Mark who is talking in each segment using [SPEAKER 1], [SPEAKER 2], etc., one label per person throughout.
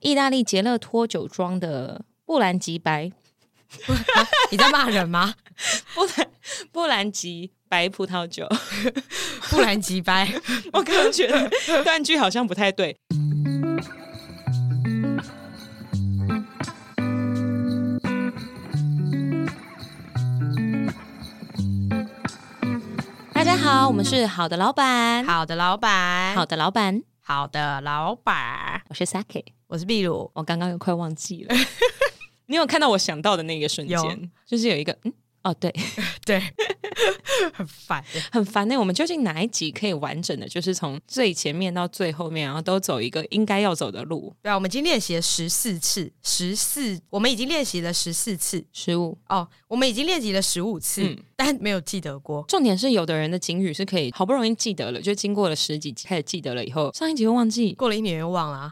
[SPEAKER 1] 意大利杰勒托酒庄的布兰吉白
[SPEAKER 2] 啊 你在骂人吗？
[SPEAKER 1] 布兰布兰吉白葡萄酒，
[SPEAKER 2] 不然几掰。
[SPEAKER 1] 我刚刚觉得断句好像不太对。大家好，我们是好的老板，
[SPEAKER 2] 好的，老板，
[SPEAKER 1] 好的老板，
[SPEAKER 2] 好的，老板，
[SPEAKER 1] 我是 Saki，
[SPEAKER 2] 我是秘鲁。
[SPEAKER 1] 我刚刚又快忘记了。你有看到我想到的那个瞬
[SPEAKER 2] 有
[SPEAKER 1] 间，就是有一个嗯哦对，
[SPEAKER 2] 对，很烦。
[SPEAKER 1] 很烦呢、欸我们究竟哪一集可以完整的，就是从最前面到最后面，然后都走一个应该要走的路？
[SPEAKER 2] 对啊，我们已经练习了十四次，十四，我们已经练习了十四次
[SPEAKER 1] 失误。
[SPEAKER 2] 哦，我们已经练习了十五次，
[SPEAKER 1] 嗯
[SPEAKER 2] 但没有记得过。
[SPEAKER 1] 重点是，有的人的警语是可以好不容易记得了，就经过了十几集开始记得了以后，上一集又忘记。
[SPEAKER 2] 过了一年又忘了、啊，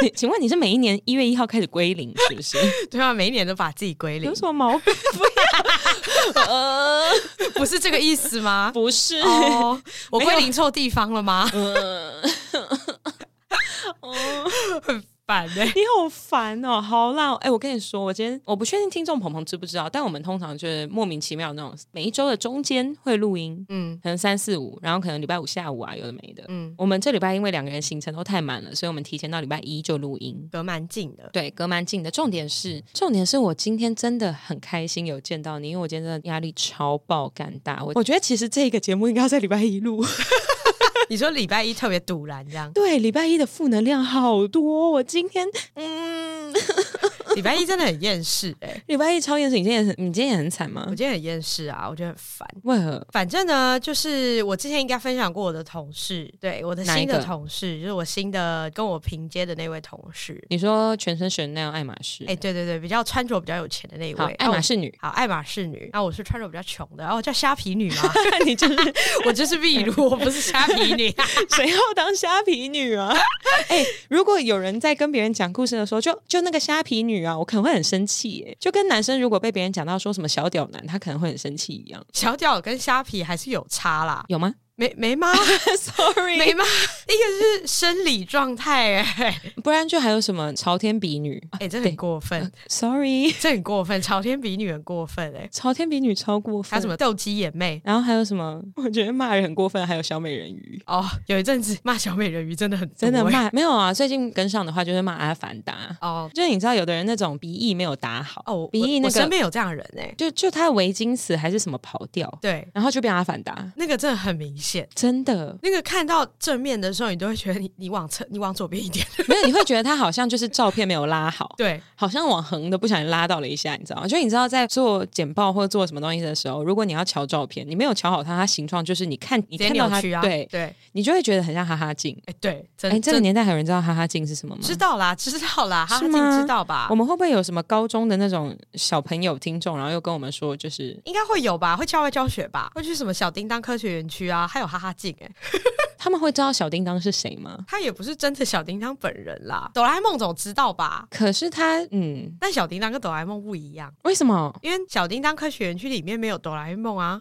[SPEAKER 1] 你请问你是每一年一月一号开始归零是不是？
[SPEAKER 2] 对啊，每一年都把自己归 零
[SPEAKER 1] 有，什么毛病？ 不要，呃，
[SPEAKER 2] 不是这个意思吗？
[SPEAKER 1] 不是，
[SPEAKER 2] 哦，我
[SPEAKER 1] 没有
[SPEAKER 2] 归零错地方了吗？
[SPEAKER 1] 呃，哦。
[SPEAKER 2] 很烦哎、
[SPEAKER 1] 你好烦哦，好啦，哎、我跟你说，我今天我不确定听众鹏鹏知不知道，但我们通常就是莫名其妙那种，每一周的中间会录音，
[SPEAKER 2] 嗯
[SPEAKER 1] 可能三四五，然后可能礼拜五下午啊，有的没的。
[SPEAKER 2] 嗯，
[SPEAKER 1] 我们这礼拜因为两个人行程都太满了，所以我们提前到礼拜一就录音。
[SPEAKER 2] 隔蛮近的。
[SPEAKER 1] 对，隔蛮近的。重点是，重点是我今天真的很开心有见到你，因为我今天真的压力超爆干大。我我觉得其实这个节目应该要在礼拜一录。，
[SPEAKER 2] 你说礼拜一特别堵然这样
[SPEAKER 1] 对，礼拜一的负能量好多。我今天，嗯，
[SPEAKER 2] 礼拜一真的很厌世哎、
[SPEAKER 1] 礼拜一超严肃，你今天也很，你今天也很惨吗
[SPEAKER 2] 我？今天很厌世啊，我觉得很烦。
[SPEAKER 1] 为何？
[SPEAKER 2] 反正呢，就是我之前应该分享过我的同事，对我的
[SPEAKER 1] 哪一
[SPEAKER 2] 新
[SPEAKER 1] 个
[SPEAKER 2] 的同事，就是我新的跟我平接的那位同事。
[SPEAKER 1] 你说全身选那样爱马仕？
[SPEAKER 2] 哎、对对对，比较穿着比较有钱的那一
[SPEAKER 1] 嗯好
[SPEAKER 2] 位，，
[SPEAKER 1] 爱马
[SPEAKER 2] 仕。
[SPEAKER 1] 仕女，
[SPEAKER 2] 好，爱马仕女。那、我是穿着比较穷的，哦，我叫虾皮女 嘛，
[SPEAKER 1] 你就是
[SPEAKER 2] 我就是秘鲁，我不是虾皮女。啊
[SPEAKER 1] 谁要当虾皮女啊？ 哎、如果有人在跟别人讲故事的时候，就就那个虾皮女啊，我可能会很生气耶。就跟男生如果被别人讲到说什么小屌男，他可能会很生气一样，
[SPEAKER 2] 小屌跟虾皮还是有差啦，
[SPEAKER 1] 有吗
[SPEAKER 2] 没没吗？
[SPEAKER 1] ？Sorry，
[SPEAKER 2] 没吗？一个是生理状态、哎，
[SPEAKER 1] 不然就还有什么朝天比女、啊
[SPEAKER 2] 哎，这很过分，
[SPEAKER 1] ？Sorry，
[SPEAKER 2] 这很过分，朝天比女很过分、哎，
[SPEAKER 1] 朝天比女超过分。
[SPEAKER 2] 还有什么？斗鸡眼妹？
[SPEAKER 1] 然后还有什么？ 我觉得骂人很过分，还有小美人鱼。
[SPEAKER 2] 哦，有一阵子 骂小美人鱼真的很多
[SPEAKER 1] 真的
[SPEAKER 2] 哎
[SPEAKER 1] 骂没有啊？最近跟上的话就是骂《阿凡达
[SPEAKER 2] 哦》，
[SPEAKER 1] 就是你知道有的人那种鼻翼没有打好，
[SPEAKER 2] 哦，我
[SPEAKER 1] 鼻翼
[SPEAKER 2] 我
[SPEAKER 1] 那
[SPEAKER 2] 身
[SPEAKER 1] 个
[SPEAKER 2] 边有这样的人哎、
[SPEAKER 1] 就就他的围巾词还是什么跑掉，
[SPEAKER 2] 对，
[SPEAKER 1] 然后就变阿凡达。
[SPEAKER 2] 那个真的很明显。
[SPEAKER 1] 真的
[SPEAKER 2] 那个看到正面的时候，你都会觉得你 你往侧你往左边一点，
[SPEAKER 1] 没有，你会觉得他好像就是照片没有拉好，
[SPEAKER 2] 对，
[SPEAKER 1] 好像往横的不小心拉到了一下，你知道吗？就你知道在做简报或者做什么东西的时候，如果你要瞧照片，你没有瞧好它，它形状就是你看你
[SPEAKER 2] 直接
[SPEAKER 1] 看到
[SPEAKER 2] 扭
[SPEAKER 1] 它，
[SPEAKER 2] 曲啊，
[SPEAKER 1] 对
[SPEAKER 2] 对，
[SPEAKER 1] 你就会觉得很像哈哈镜。
[SPEAKER 2] 哎、对，真
[SPEAKER 1] 哎，这个
[SPEAKER 2] 真
[SPEAKER 1] 年代还有人知道哈哈镜是什么吗？
[SPEAKER 2] 知道啦，知道啦，哈哈
[SPEAKER 1] 是吗
[SPEAKER 2] 镜知道吧
[SPEAKER 1] 我？们会不会有什么高中的那种小朋友听众，然后又跟我们说，就是
[SPEAKER 2] 应该会有吧，会校外教学吧，会去什么小叮当科学园区啊，还有哈哈镜哎、
[SPEAKER 1] 他们会知道小叮当是谁吗？
[SPEAKER 2] 他也不是真的小叮当本人啦，哆啦 A 梦总知道吧？
[SPEAKER 1] 可是他，嗯，
[SPEAKER 2] 但小叮当跟哆啦 A 梦不一样，
[SPEAKER 1] 为什么？
[SPEAKER 2] 因为小叮当科学园区里面没有哆啦 A 梦啊，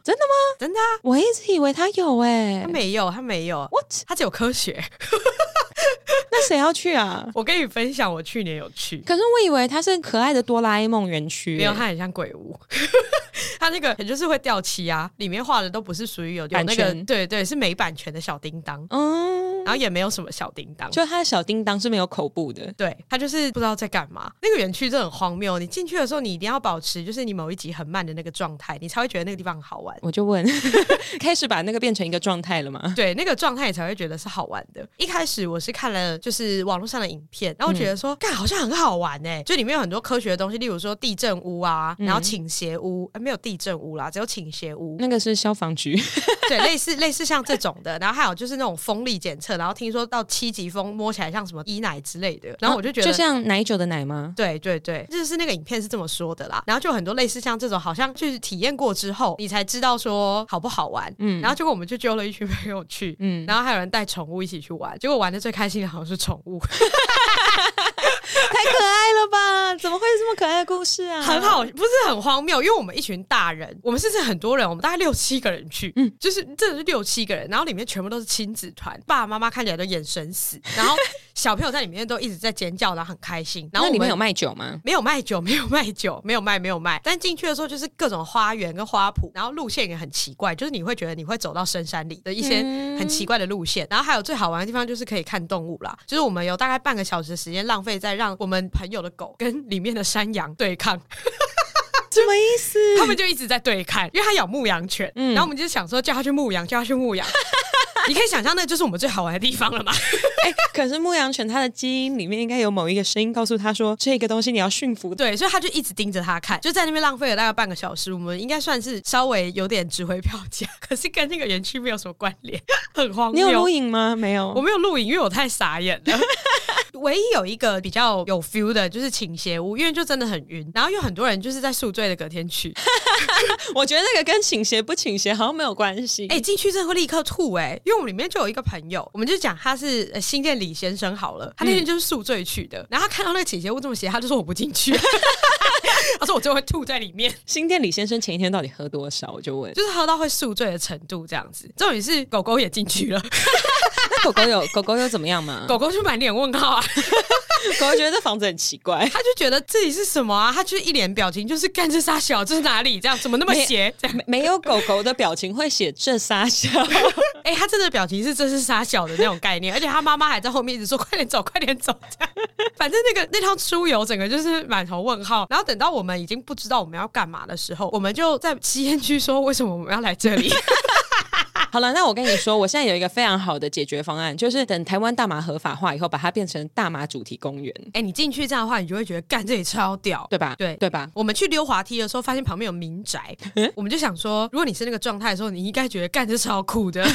[SPEAKER 1] 我一直以为他有哎、
[SPEAKER 2] 他没有，他没有，
[SPEAKER 1] what？
[SPEAKER 2] 他只有科 学。
[SPEAKER 1] 那谁要去啊？
[SPEAKER 2] 我跟你分享，我去年有去，
[SPEAKER 1] 可是我以为它是可爱的哆啦 A 梦园区、
[SPEAKER 2] 没有，
[SPEAKER 1] 欸
[SPEAKER 2] 它很像鬼屋。 它那个也就是会掉漆啊，里面画的都不是属于有有
[SPEAKER 1] 版
[SPEAKER 2] 那个
[SPEAKER 1] 权
[SPEAKER 2] 对对是没版权的小叮当，
[SPEAKER 1] 嗯，
[SPEAKER 2] 然后也没有什么小叮当，
[SPEAKER 1] 就它的小叮当是没有口部的。
[SPEAKER 2] 对他就是不知道在干嘛。那个园区真的很荒谬，你进去的时候你一定要保持就是你某一集很慢的那个状态，你才会觉得那个地方好玩。
[SPEAKER 1] 我就问， 开始把那个变成一个状态了吗？
[SPEAKER 2] 对，那个状态你才会觉得是好玩的。一开始我是看了就是网络上的影片，然后我觉得说，干、好像很好玩哎、就里面有很多科学的东西，例如说地震屋啊，然后倾斜屋、呃没有地震屋啦，只有倾斜屋，
[SPEAKER 1] 那个是消防局，
[SPEAKER 2] 对，类似类似像这种的。然后还有就是那种风力检测，然后听说到七级风摸起来像什么伊奶之类的，然后我就觉得。
[SPEAKER 1] 就像奶酒的奶吗？
[SPEAKER 2] 对对对，就是那个影片是这么说的啦。然后就有很多类似像这种，好像就是体验过之后，你才知道说好不好玩。嗯，然后结果我们就揪了一群朋友去，
[SPEAKER 1] 嗯
[SPEAKER 2] 嗯，然后还有人带宠物一起去玩，结果玩的最开心的好像是宠物，
[SPEAKER 1] 太可爱了吧？怎么会有这么可爱的故事啊？
[SPEAKER 2] 很，好，不是很荒谬，因为我们一群大人，我们甚至很多人，我们大概六七个人去，嗯，就是真的是六七个人，然后里面全部都是亲子团，爸爸妈妈看起来都眼神死，然后小朋友在里面都一直在尖叫，然后很开心，然后
[SPEAKER 1] 那
[SPEAKER 2] 我
[SPEAKER 1] 里
[SPEAKER 2] 们
[SPEAKER 1] 面有卖酒吗？
[SPEAKER 2] 没有卖酒， 没有卖酒，没有卖，没有卖。但进去的时候就是各种花园跟花圃，然后路线也很奇怪，就是你会觉得你会走到深山里的一些
[SPEAKER 1] 嗯
[SPEAKER 2] 很奇怪的路线。然后还有最好玩的地方就是可以看动物啦，就是我们有大概半个小时的时间浪费在让我们朋友的狗跟里面的山羊对 抗，
[SPEAKER 1] 什么意思？
[SPEAKER 2] 他们就一直在对抗，因为它养牧羊犬，
[SPEAKER 1] 嗯
[SPEAKER 2] 然后我们就想说叫它去牧羊，叫它去 牧羊。你可以想象，那就是我们最好玩的地方了嘛。
[SPEAKER 1] 哎、可是牧羊犬它的基因里面应该有某一个声音告诉它说，这个东西你要驯服。
[SPEAKER 2] 对，所以他就一直盯着他看，就在那边浪费了大概半个小时。我们应该算是稍微有点值回票价，可是跟那个园区没有什么关联，很荒
[SPEAKER 1] 你有录
[SPEAKER 2] 谬。
[SPEAKER 1] 影吗？没有。
[SPEAKER 2] 我没有录影，因为我太傻眼了。 唯一有一个比较有 feel 的，就是倾斜屋，因为就真的很晕，然后有很多人就是在宿醉的隔天 去，
[SPEAKER 1] 我觉得那个跟倾斜不倾斜好像没有关系。
[SPEAKER 2] 哎、进去真的会立刻吐哎、因为我们里面就有一个朋友，我们就讲他是呃新店李先生好了，他
[SPEAKER 1] 嗯
[SPEAKER 2] 那天就是宿醉去的，然后他看到那个倾斜屋这么斜，他就说我不进去， 他说我就会吐在里面。
[SPEAKER 1] 新店李先生前一天到底喝多少？我就问。
[SPEAKER 2] 就是喝到会宿醉的程度这样子。重点是狗狗也进去了，
[SPEAKER 1] 那狗狗有狗狗有怎么样吗？
[SPEAKER 2] 狗狗就满脸问号啊，
[SPEAKER 1] 狗狗觉得这房子很奇怪。
[SPEAKER 2] 它就觉得自己是什么啊，它就是一脸表情，就是干这傻小，这是哪里？这样怎么那么邪？这样，
[SPEAKER 1] 没没有狗狗的表情会写这仨笑，
[SPEAKER 2] 哎、它真的表情是这是傻小的那种概念，而且它妈妈还在后面一直说快点走，快点走，这样。反正那个那趟出游整个就是满头问号。然后等到我们已经不知道我们要干嘛的时候，我们就在吸烟区说为什么我们要来这里？
[SPEAKER 1] 好了，那我跟你说，我现在有一个非常好的解决方案，就是等台湾大麻合法化以后，把它变成大麻主题公园，
[SPEAKER 2] 哎、你进去这样的话，你就会觉得干这里超屌，
[SPEAKER 1] 对吧？
[SPEAKER 2] 对
[SPEAKER 1] 对吧？
[SPEAKER 2] 我们去溜滑梯的时候，发现旁边有民宅，
[SPEAKER 1] 嗯
[SPEAKER 2] 我们就想说，如果你是那个状态的时候，你应该觉得干这超酷的。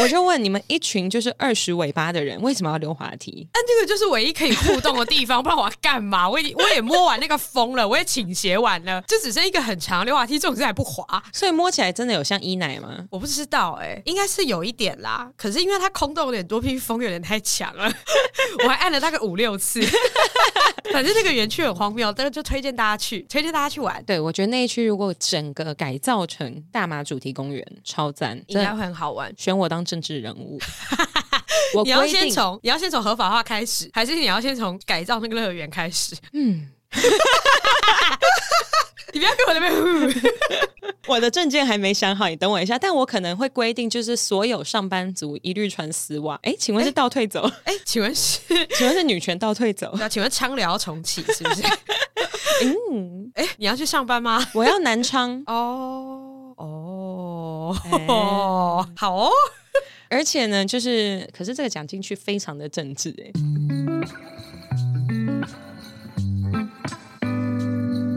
[SPEAKER 1] 我就问你们一群就是二十尾巴的人，为什么要溜滑梯？
[SPEAKER 2] 但这个就是唯一可以互动的地方，不然我要干嘛？我也我也摸完那个风了，我也倾斜完了，就只剩一个很长的溜滑梯，重点是还不滑。
[SPEAKER 1] 所以摸起来真的有像伊奶吗？
[SPEAKER 2] 我不知道哎、应该是有一点啦，可是因为它空洞有点多，毕竟风有点太强了， 我还按了大概五六次。 反正那个园区很荒谬，但是就推荐大家去，推荐大家去玩，
[SPEAKER 1] 对，我觉得那一区如果整个改造成大麻主题公园，超赞！
[SPEAKER 2] 应
[SPEAKER 1] 真
[SPEAKER 2] 该
[SPEAKER 1] 的
[SPEAKER 2] 会很好玩。
[SPEAKER 1] 选我当政治人 物，我
[SPEAKER 2] 你要
[SPEAKER 1] 规
[SPEAKER 2] 先
[SPEAKER 1] 定
[SPEAKER 2] 从你要先从合法化开始，还是你要先从改造那个乐园开始？嗯， 你不要跟我那边嗯
[SPEAKER 1] 我的证件还没想好，你等我一下。但我可能会规定，就是所有上班族一律穿丝袜。哎，请问是倒退 走？
[SPEAKER 2] 哎、请问是？？
[SPEAKER 1] 请问是女权倒退走
[SPEAKER 2] 请问昌聊要重启是不是？
[SPEAKER 1] 嗯，
[SPEAKER 2] 哎、你要去上班吗？
[SPEAKER 1] 我要南昌，
[SPEAKER 2] 哦哦
[SPEAKER 1] 哎
[SPEAKER 2] 哦，好哦。
[SPEAKER 1] 而且呢，就是可是这个讲进去非常的政治哎、
[SPEAKER 2] 嗯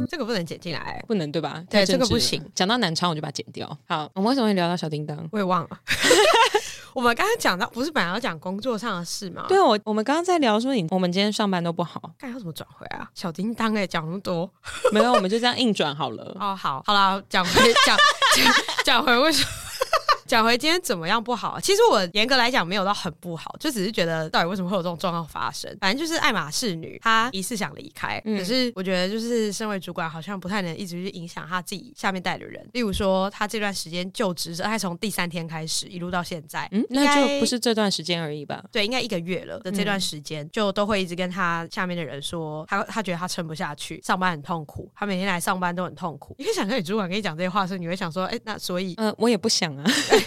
[SPEAKER 2] 这个不能剪进来，
[SPEAKER 1] 不能对吧？
[SPEAKER 2] 对
[SPEAKER 1] 太政治
[SPEAKER 2] 这个不
[SPEAKER 1] 了
[SPEAKER 2] 行。
[SPEAKER 1] 讲到南昌，我就把它剪掉。好，我们为什么会聊到小叮当？
[SPEAKER 2] 我也忘了。 我们刚刚讲到，不是本来要讲工作上的事吗？
[SPEAKER 1] 对，哦我我们刚刚在聊说你，我们今天上班都不好，
[SPEAKER 2] 干，看要怎么转回啊？小叮当哎、讲那么多，
[SPEAKER 1] 没有，我们就这样硬转好了。
[SPEAKER 2] 哦，好，好啦，讲回讲讲讲回为什么。 讲回今天怎么样不好？啊其实我严格来讲没有到很不好，就只是觉得到底为什么会有这种状况发生。反正就是爱马仕女她疑似想离开，
[SPEAKER 1] 嗯
[SPEAKER 2] 可是我觉得就是身为主管好像不太能一直去影响她自己下面带的人。例如说她这段时间就职，大概从第三天开始一路到现在，
[SPEAKER 1] 嗯，
[SPEAKER 2] 应
[SPEAKER 1] 那
[SPEAKER 2] 该
[SPEAKER 1] 就不是这段时间而已吧？
[SPEAKER 2] 对，应该一个月了的这段时间，就都会一直跟他下面的人说，他他觉得他撑不下去，上班很痛苦，他每天来上班都很痛苦。你可以想象你主管跟你讲这些话的时候，你会想说，哎、那所以。
[SPEAKER 1] 呃，我也不想啊。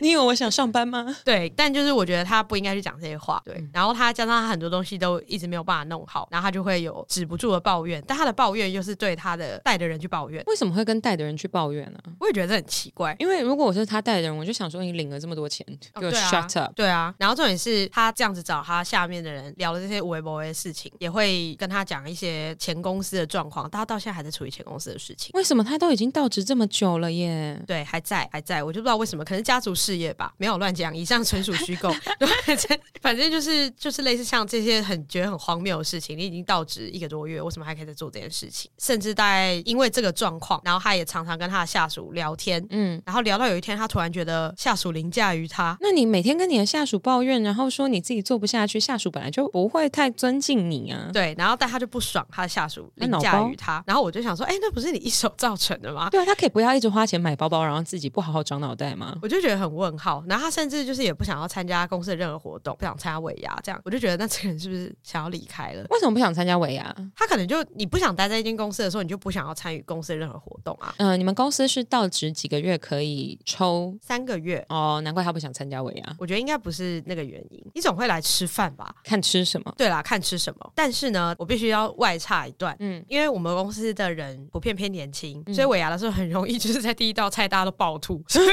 [SPEAKER 1] 你以为我想上班吗？
[SPEAKER 2] 对，但就是我觉得他不应该去讲这些话，对。然后他加上他很多东西都一直没有办法弄好，然后他就会有止不住的抱怨，但他的抱怨又是对他的带的人去抱怨，
[SPEAKER 1] 为什么会跟带的人去抱怨呢、
[SPEAKER 2] 我也觉得这很奇怪。
[SPEAKER 1] 因为如果我是他带的人，我就想说你领了这么多钱，
[SPEAKER 2] 哦
[SPEAKER 1] 给我
[SPEAKER 2] 对啊
[SPEAKER 1] shut up。
[SPEAKER 2] 对啊，然后重点是他这样子找他下面的人聊了这些无微不微的事情，也会跟他讲一些前公司的状况，但他到现在还在处于前公司的事情。
[SPEAKER 1] 为什么他都已经到职这么久了耶？
[SPEAKER 2] 对，还在，还在，我就不知道为什么，可能家族事业吧，没有乱讲，以上纯属虚构。 反正反正就是就是类似像这些很觉得很荒谬的事情，你已经到职一个多月，为什么还可以在做这件事情？甚至大概因为这个状况，然后他也常常跟他的下属聊天，
[SPEAKER 1] 嗯，
[SPEAKER 2] 然后聊到有一天，他突然觉得下属凌驾于他，
[SPEAKER 1] 那你每天跟你的下属抱怨，然后说你自己做不下去，下属本来就不会太尊敬你啊。
[SPEAKER 2] 对，然后但他就不爽他的下属凌
[SPEAKER 1] 那
[SPEAKER 2] 驾
[SPEAKER 1] 脑包
[SPEAKER 2] 于他，然后我就想说，哎、那不是你一手造成的吗？
[SPEAKER 1] 对啊，他可以不要一直花钱买包包，然后自己不好好长脑袋吗？
[SPEAKER 2] 我就觉得很问号，然后他甚至就是也不想要参加公司的任何活动，不想参加尾牙这样，我就觉得那这个人是不是想要离开了？
[SPEAKER 1] 为什么不想参加尾牙？
[SPEAKER 2] 他可能就你不想待在一间公司的时候，你就不想要参与公司的任何活动啊。
[SPEAKER 1] 嗯、你们公司是到职几个月可以抽？
[SPEAKER 2] 三个月，
[SPEAKER 1] 哦，难怪他不想参加尾牙。
[SPEAKER 2] 我觉得应该不是那个原因，你总会来吃饭吧？
[SPEAKER 1] 看吃什么？
[SPEAKER 2] 对啦，看吃什么。但是呢，我必须要外差一段，
[SPEAKER 1] 嗯，
[SPEAKER 2] 因为我们公司的人普遍偏年轻，所以尾牙的时候很容易就是在第一道菜大家都暴吐，所以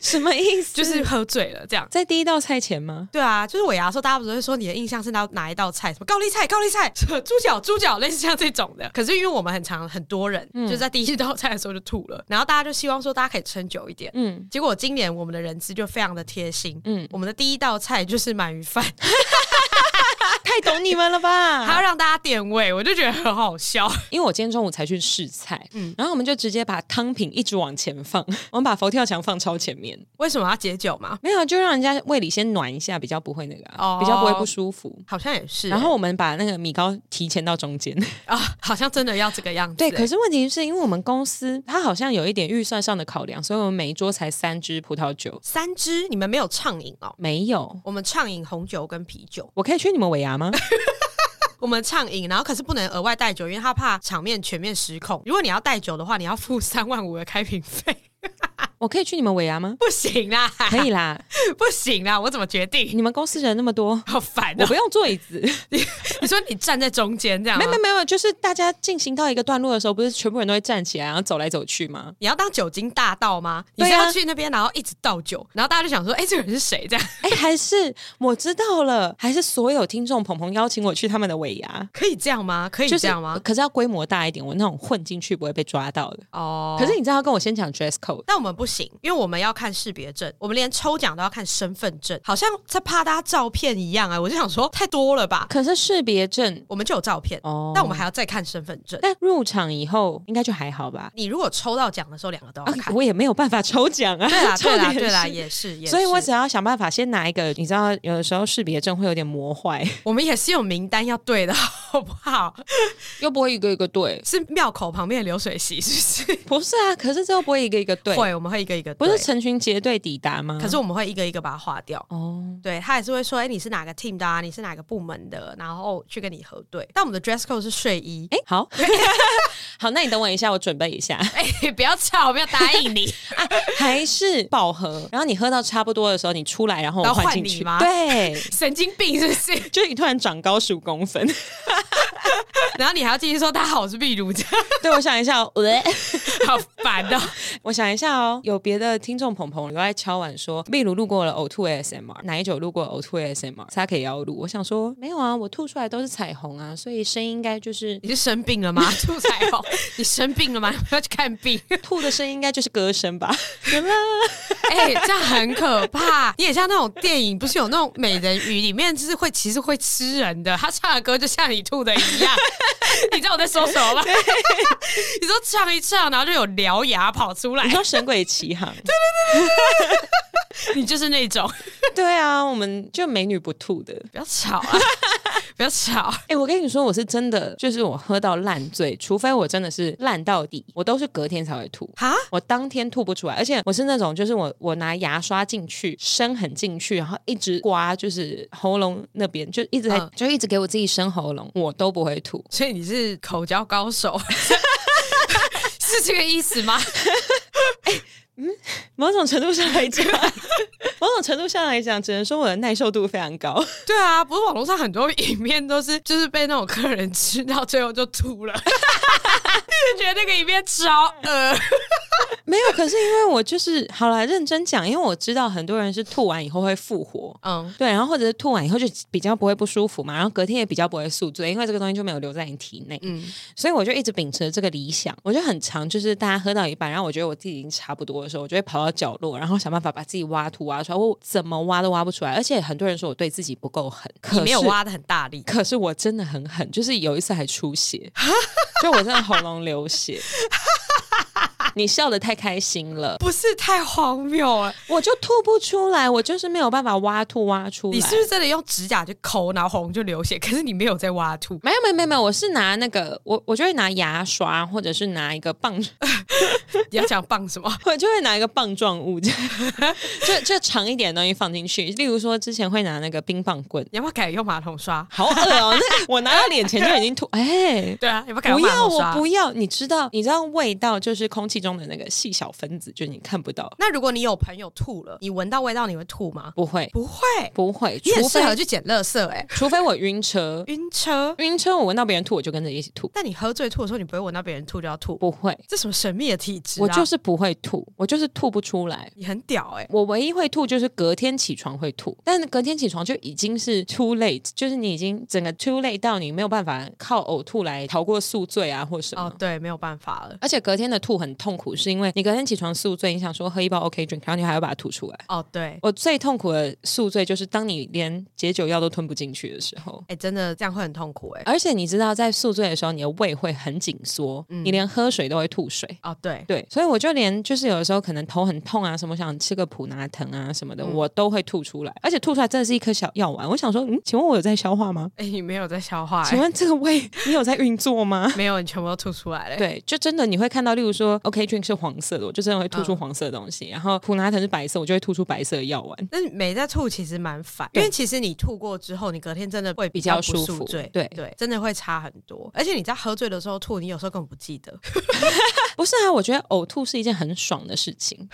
[SPEAKER 1] 什么意思？
[SPEAKER 2] 就是喝醉了这样。
[SPEAKER 1] 在第一道菜前吗？
[SPEAKER 2] 对啊，就是尾牙的时候，大家不是会说你的印象是哪哪一道菜，什么高丽菜、高丽菜、什么猪脚、猪脚，类似像这种的。可是因为我们很常很多人，
[SPEAKER 1] 嗯
[SPEAKER 2] 就是在第一道菜的时候就吐了，然后大家就希望说大家可以撑久一点。
[SPEAKER 1] 嗯
[SPEAKER 2] 结果今年我们的人资就非常的贴心，
[SPEAKER 1] 嗯，
[SPEAKER 2] 我们的第一道菜就是鳗鱼饭，
[SPEAKER 1] 太懂你们了
[SPEAKER 2] 还
[SPEAKER 1] 吧？
[SPEAKER 2] 要让大家点位，我就觉得很好笑。
[SPEAKER 1] 因为我今天中午才去试菜，然后我们就直接把汤品一直往前放， 我们把佛跳墙放超前面，
[SPEAKER 2] 为什么要解酒嘛？
[SPEAKER 1] 没有啊就让人家胃里先暖一下，比较不会那个啊、
[SPEAKER 2] 哦
[SPEAKER 1] 比较不会不舒服。
[SPEAKER 2] 好像也是欸、
[SPEAKER 1] 然后我们把那个米糕提前到中 间，
[SPEAKER 2] 啊，好像真的要这个样子、
[SPEAKER 1] 对。
[SPEAKER 2] 欸
[SPEAKER 1] 可是问题是因为我们公司它好像有一点预算上的考量，所以我们每一桌才三支葡萄酒，
[SPEAKER 2] 三支你们没有畅饮哦，
[SPEAKER 1] 没有。
[SPEAKER 2] 我们畅饮红酒跟啤酒。
[SPEAKER 1] 我可以去你们尾 牙吗？
[SPEAKER 2] 我们畅饮，然后可是不能额外带酒，因为他怕场面全面失控。如果你要带酒的话，你要付 三万五的开瓶费，
[SPEAKER 1] 我可以去你们尾牙吗？
[SPEAKER 2] 不行啦，
[SPEAKER 1] 可以啦，
[SPEAKER 2] 不行啦，我怎么决定？
[SPEAKER 1] 你们公司 人那么多，
[SPEAKER 2] 好烦
[SPEAKER 1] 我
[SPEAKER 2] 哦、
[SPEAKER 1] 不用坐椅子。
[SPEAKER 2] 你说你站在中间这样
[SPEAKER 1] 没
[SPEAKER 2] 吗，
[SPEAKER 1] 有没有没有，就是大家进行到一个段落的时候，不是全部人都会站起来，然后走来走去吗？
[SPEAKER 2] 你要当酒精大盗吗？你
[SPEAKER 1] 对啊
[SPEAKER 2] 是要去那边，然后一直倒酒，然后大家就想说，哎、这个人是谁？这样
[SPEAKER 1] 哎、还是我知道了，还是所有听众鹏鹏邀请我去他们的尾牙，
[SPEAKER 2] 可以这样吗？可以
[SPEAKER 1] 就是
[SPEAKER 2] 这样吗？
[SPEAKER 1] 可是要规模大一点，我那种混进去不会被抓到的。
[SPEAKER 2] 哦、
[SPEAKER 1] 可是你知道他跟我先讲 dress code，
[SPEAKER 2] 但我们不行，因为我们要看识别证，我们连抽奖都要看身份证，好像在怕大家照片一样啊、我就想说，太多了吧？
[SPEAKER 1] 可是识别证
[SPEAKER 2] 我们就有照片，
[SPEAKER 1] 哦，
[SPEAKER 2] 但我们还要再看身份证。
[SPEAKER 1] 但入场以后应该就还好吧？
[SPEAKER 2] 你如果抽到奖的时候，两个都要
[SPEAKER 1] 啊
[SPEAKER 2] 看。，
[SPEAKER 1] 我也没有办法抽奖啊，
[SPEAKER 2] 哦对啦，
[SPEAKER 1] 重
[SPEAKER 2] 对啦，
[SPEAKER 1] 点
[SPEAKER 2] 对啦，
[SPEAKER 1] 是
[SPEAKER 2] 也是，也是。
[SPEAKER 1] 所以我只要想办法先拿一个，你知道，有的时候识别证会有点磨坏，
[SPEAKER 2] 我们也是有名单要对的，好不好？
[SPEAKER 1] 又不会一个一个对，
[SPEAKER 2] 是庙口旁边的流水席，是不
[SPEAKER 1] 不是啊？可是这又不会一个一个对
[SPEAKER 2] 是？，会，我们会一个一个
[SPEAKER 1] 不
[SPEAKER 2] 对
[SPEAKER 1] 是成群结队抵达吗？
[SPEAKER 2] 可是我们会一个一个把它划掉。
[SPEAKER 1] 哦，
[SPEAKER 2] 对他也是会说，哎、你是哪个 team 的啊？你是哪个部门的？然后去跟你核对。但我们的 dress code 是睡衣。
[SPEAKER 1] 哎，好 好，那你等我一下，我准备一下。
[SPEAKER 2] 哎、不要吵，不要答 应你。
[SPEAKER 1] 还是饱和，然后你喝到差不多的时候，你出来，然后我
[SPEAKER 2] 然后
[SPEAKER 1] 换
[SPEAKER 2] 换
[SPEAKER 1] 进
[SPEAKER 2] 你
[SPEAKER 1] 去
[SPEAKER 2] 吗
[SPEAKER 1] 对，
[SPEAKER 2] 神经病是不是？
[SPEAKER 1] 就是你突然长高十五公分。
[SPEAKER 2] 然后你还要继续说他好，我是壁如这样，
[SPEAKER 1] 对，我想一下、哦，喂
[SPEAKER 2] 好烦 哦、
[SPEAKER 1] 我想一下哦，有别的听众朋友都在敲碗说，例如路过了呕吐 ASMR，奶酒路过呕吐 ASMR，他可以要录。我想说，没有啊，我吐出来都是彩虹啊，所以声音应该就是
[SPEAKER 2] 你是生病了吗？ 吐彩虹，你生病了吗？ 你不要去看病。
[SPEAKER 1] 吐的声音应该就是歌声吧？
[SPEAKER 2] 哎、这样很可怕。你也像那种电影，不是有那种美人鱼，里面就是会其实会吃人的，他唱的歌就像你吐的一 样。你知道我在说什么吗？你说唱一唱，然后就有獠牙跑出来
[SPEAKER 1] 你，说《神鬼奇航》
[SPEAKER 2] 你就是那种。
[SPEAKER 1] 对啊，我们就美女不吐的。
[SPEAKER 2] 不要吵 啊！不要吵。
[SPEAKER 1] 哎、我跟你说，我是真的，就是我喝到烂醉，除非我真的是烂到底，我都是隔天才会吐。
[SPEAKER 2] 哈，
[SPEAKER 1] 我当天吐不出来，而且我是那种，就是我我拿牙刷进去，深很进去，然后一直刮，就是喉咙那边，就一直在，
[SPEAKER 2] 嗯
[SPEAKER 1] 就一直给我自己生喉咙，我都不会吐。
[SPEAKER 2] 所以你是口交高 手，是这个意思吗？
[SPEAKER 1] 某种程度上来讲， 某种程度上来讲，只能说我的耐受度非常 高。
[SPEAKER 2] 对啊，不是网络上很多影片都是就是被那种客人 吃到最后就吐了，就觉得那个影片超恶。
[SPEAKER 1] 没有，可是因为我就是好了，认真讲，因为我知道很多人是吐完以后会复活，
[SPEAKER 2] 嗯，
[SPEAKER 1] 对，然后或者是吐完以后就比较不会不舒服嘛，然后隔天也比较不会宿醉，因为这个东西就没有留在你体内，
[SPEAKER 2] 嗯
[SPEAKER 1] 所以我就一直秉持这个理想，我就很常就是大家喝到一半，然后我觉得我自己已经差不多的时候，我就会跑到角落，然后想办法把自己挖土挖出来，我怎么挖都挖不出来，而且很多人说我对自己不够狠，可
[SPEAKER 2] 你
[SPEAKER 1] 是
[SPEAKER 2] 没有挖的很大力，
[SPEAKER 1] 可是我真的很狠，就是有一次还出 血，就我真的喉咙流血。你笑得太开心了，
[SPEAKER 2] 不是太荒谬啊了。
[SPEAKER 1] 我就吐不出来，我就是没有办法挖吐挖出来。
[SPEAKER 2] 你是不是真的用指甲去抠，然后红就流血？可是你没有在挖吐，
[SPEAKER 1] 没有没有没有没有，我是拿那个我我就会拿牙刷或者是拿一个棒，
[SPEAKER 2] 你要想棒什么？
[SPEAKER 1] 我就会拿一个棒状物， 就就就长一点的东西放进去。例如说之前会拿那个冰棒棍，
[SPEAKER 2] 你要不要改用马桶刷？
[SPEAKER 1] 好恶哦、 那个我拿到脸前就已经吐，哎、
[SPEAKER 2] 对啊，要不要改
[SPEAKER 1] 不
[SPEAKER 2] 用马
[SPEAKER 1] 要，
[SPEAKER 2] 桶
[SPEAKER 1] 我
[SPEAKER 2] 刷？
[SPEAKER 1] 不要！你知道，你知道味道就是空气中的那个细小分子，就是你看不到，
[SPEAKER 2] 那如果你有朋友吐了，你闻到味道你会吐吗？
[SPEAKER 1] 不会，
[SPEAKER 2] 不会，
[SPEAKER 1] 不会，
[SPEAKER 2] 你很
[SPEAKER 1] 除
[SPEAKER 2] 适
[SPEAKER 1] 非
[SPEAKER 2] 合去捡垃圾哎、
[SPEAKER 1] 除非我晕车，
[SPEAKER 2] 晕车。
[SPEAKER 1] 晕车我闻到别人吐，我就跟着一起吐，
[SPEAKER 2] 但你喝醉吐的时候，你不会闻到别人吐就要吐，
[SPEAKER 1] 不会，
[SPEAKER 2] 这什么神秘的体质、啊？
[SPEAKER 1] 我就是不会吐，我就是吐不出来。
[SPEAKER 2] 你很屌哎、
[SPEAKER 1] 我唯一会吐就是隔天起床会吐，但隔天起床就已经是 too late，就是你已经整个 too late 到你没有办法靠呕吐来逃过宿醉啊或什么。
[SPEAKER 2] 哦，对，没有办法了。
[SPEAKER 1] 而且隔天的吐很痛苦，是因为你隔天起床宿醉，你想说喝一包 OK drink，然后你还要把它吐出来。
[SPEAKER 2] 哦，对，哎、
[SPEAKER 1] 我最痛苦的宿醉就是当你连解酒药都吞不进去的时候。
[SPEAKER 2] 欸真的这样会很痛苦哎、
[SPEAKER 1] 而且你知道，在宿醉的时候，你的胃会很紧缩，你连喝水都会吐水。
[SPEAKER 2] 哦，对，
[SPEAKER 1] 对，所以我就连就是有的时候可能头很痛啊，什么想吃个普拿疼啊什么
[SPEAKER 2] 嗯
[SPEAKER 1] 的，我都会吐出来，而且吐出来真的是一颗小药丸。我想说，嗯，请问我有在消化吗？
[SPEAKER 2] 哎、你没有在消化、
[SPEAKER 1] 请
[SPEAKER 2] 欸，
[SPEAKER 1] 问这个胃你有在运作 吗？
[SPEAKER 2] 没有，你全部都吐出来了、欸。
[SPEAKER 1] 对，就真的你会看到，例如说，OK drink 是黄色的，我就真的会吐
[SPEAKER 2] 嗯
[SPEAKER 1] 出黄色的东西，然后普拿疼是白色，我就会吐出白色的药丸。
[SPEAKER 2] 但是没在吐其实蛮烦，因
[SPEAKER 1] 对
[SPEAKER 2] 为其实你吐过之后，你隔天真的会
[SPEAKER 1] 比较
[SPEAKER 2] 不
[SPEAKER 1] 舒
[SPEAKER 2] 宿
[SPEAKER 1] 服
[SPEAKER 2] 醉
[SPEAKER 1] 对
[SPEAKER 2] 对，真的会差很多。而且你在喝醉的时候吐，你有时候根本不记得。
[SPEAKER 1] 不是啊，我觉得呕吐是一件很爽的事情，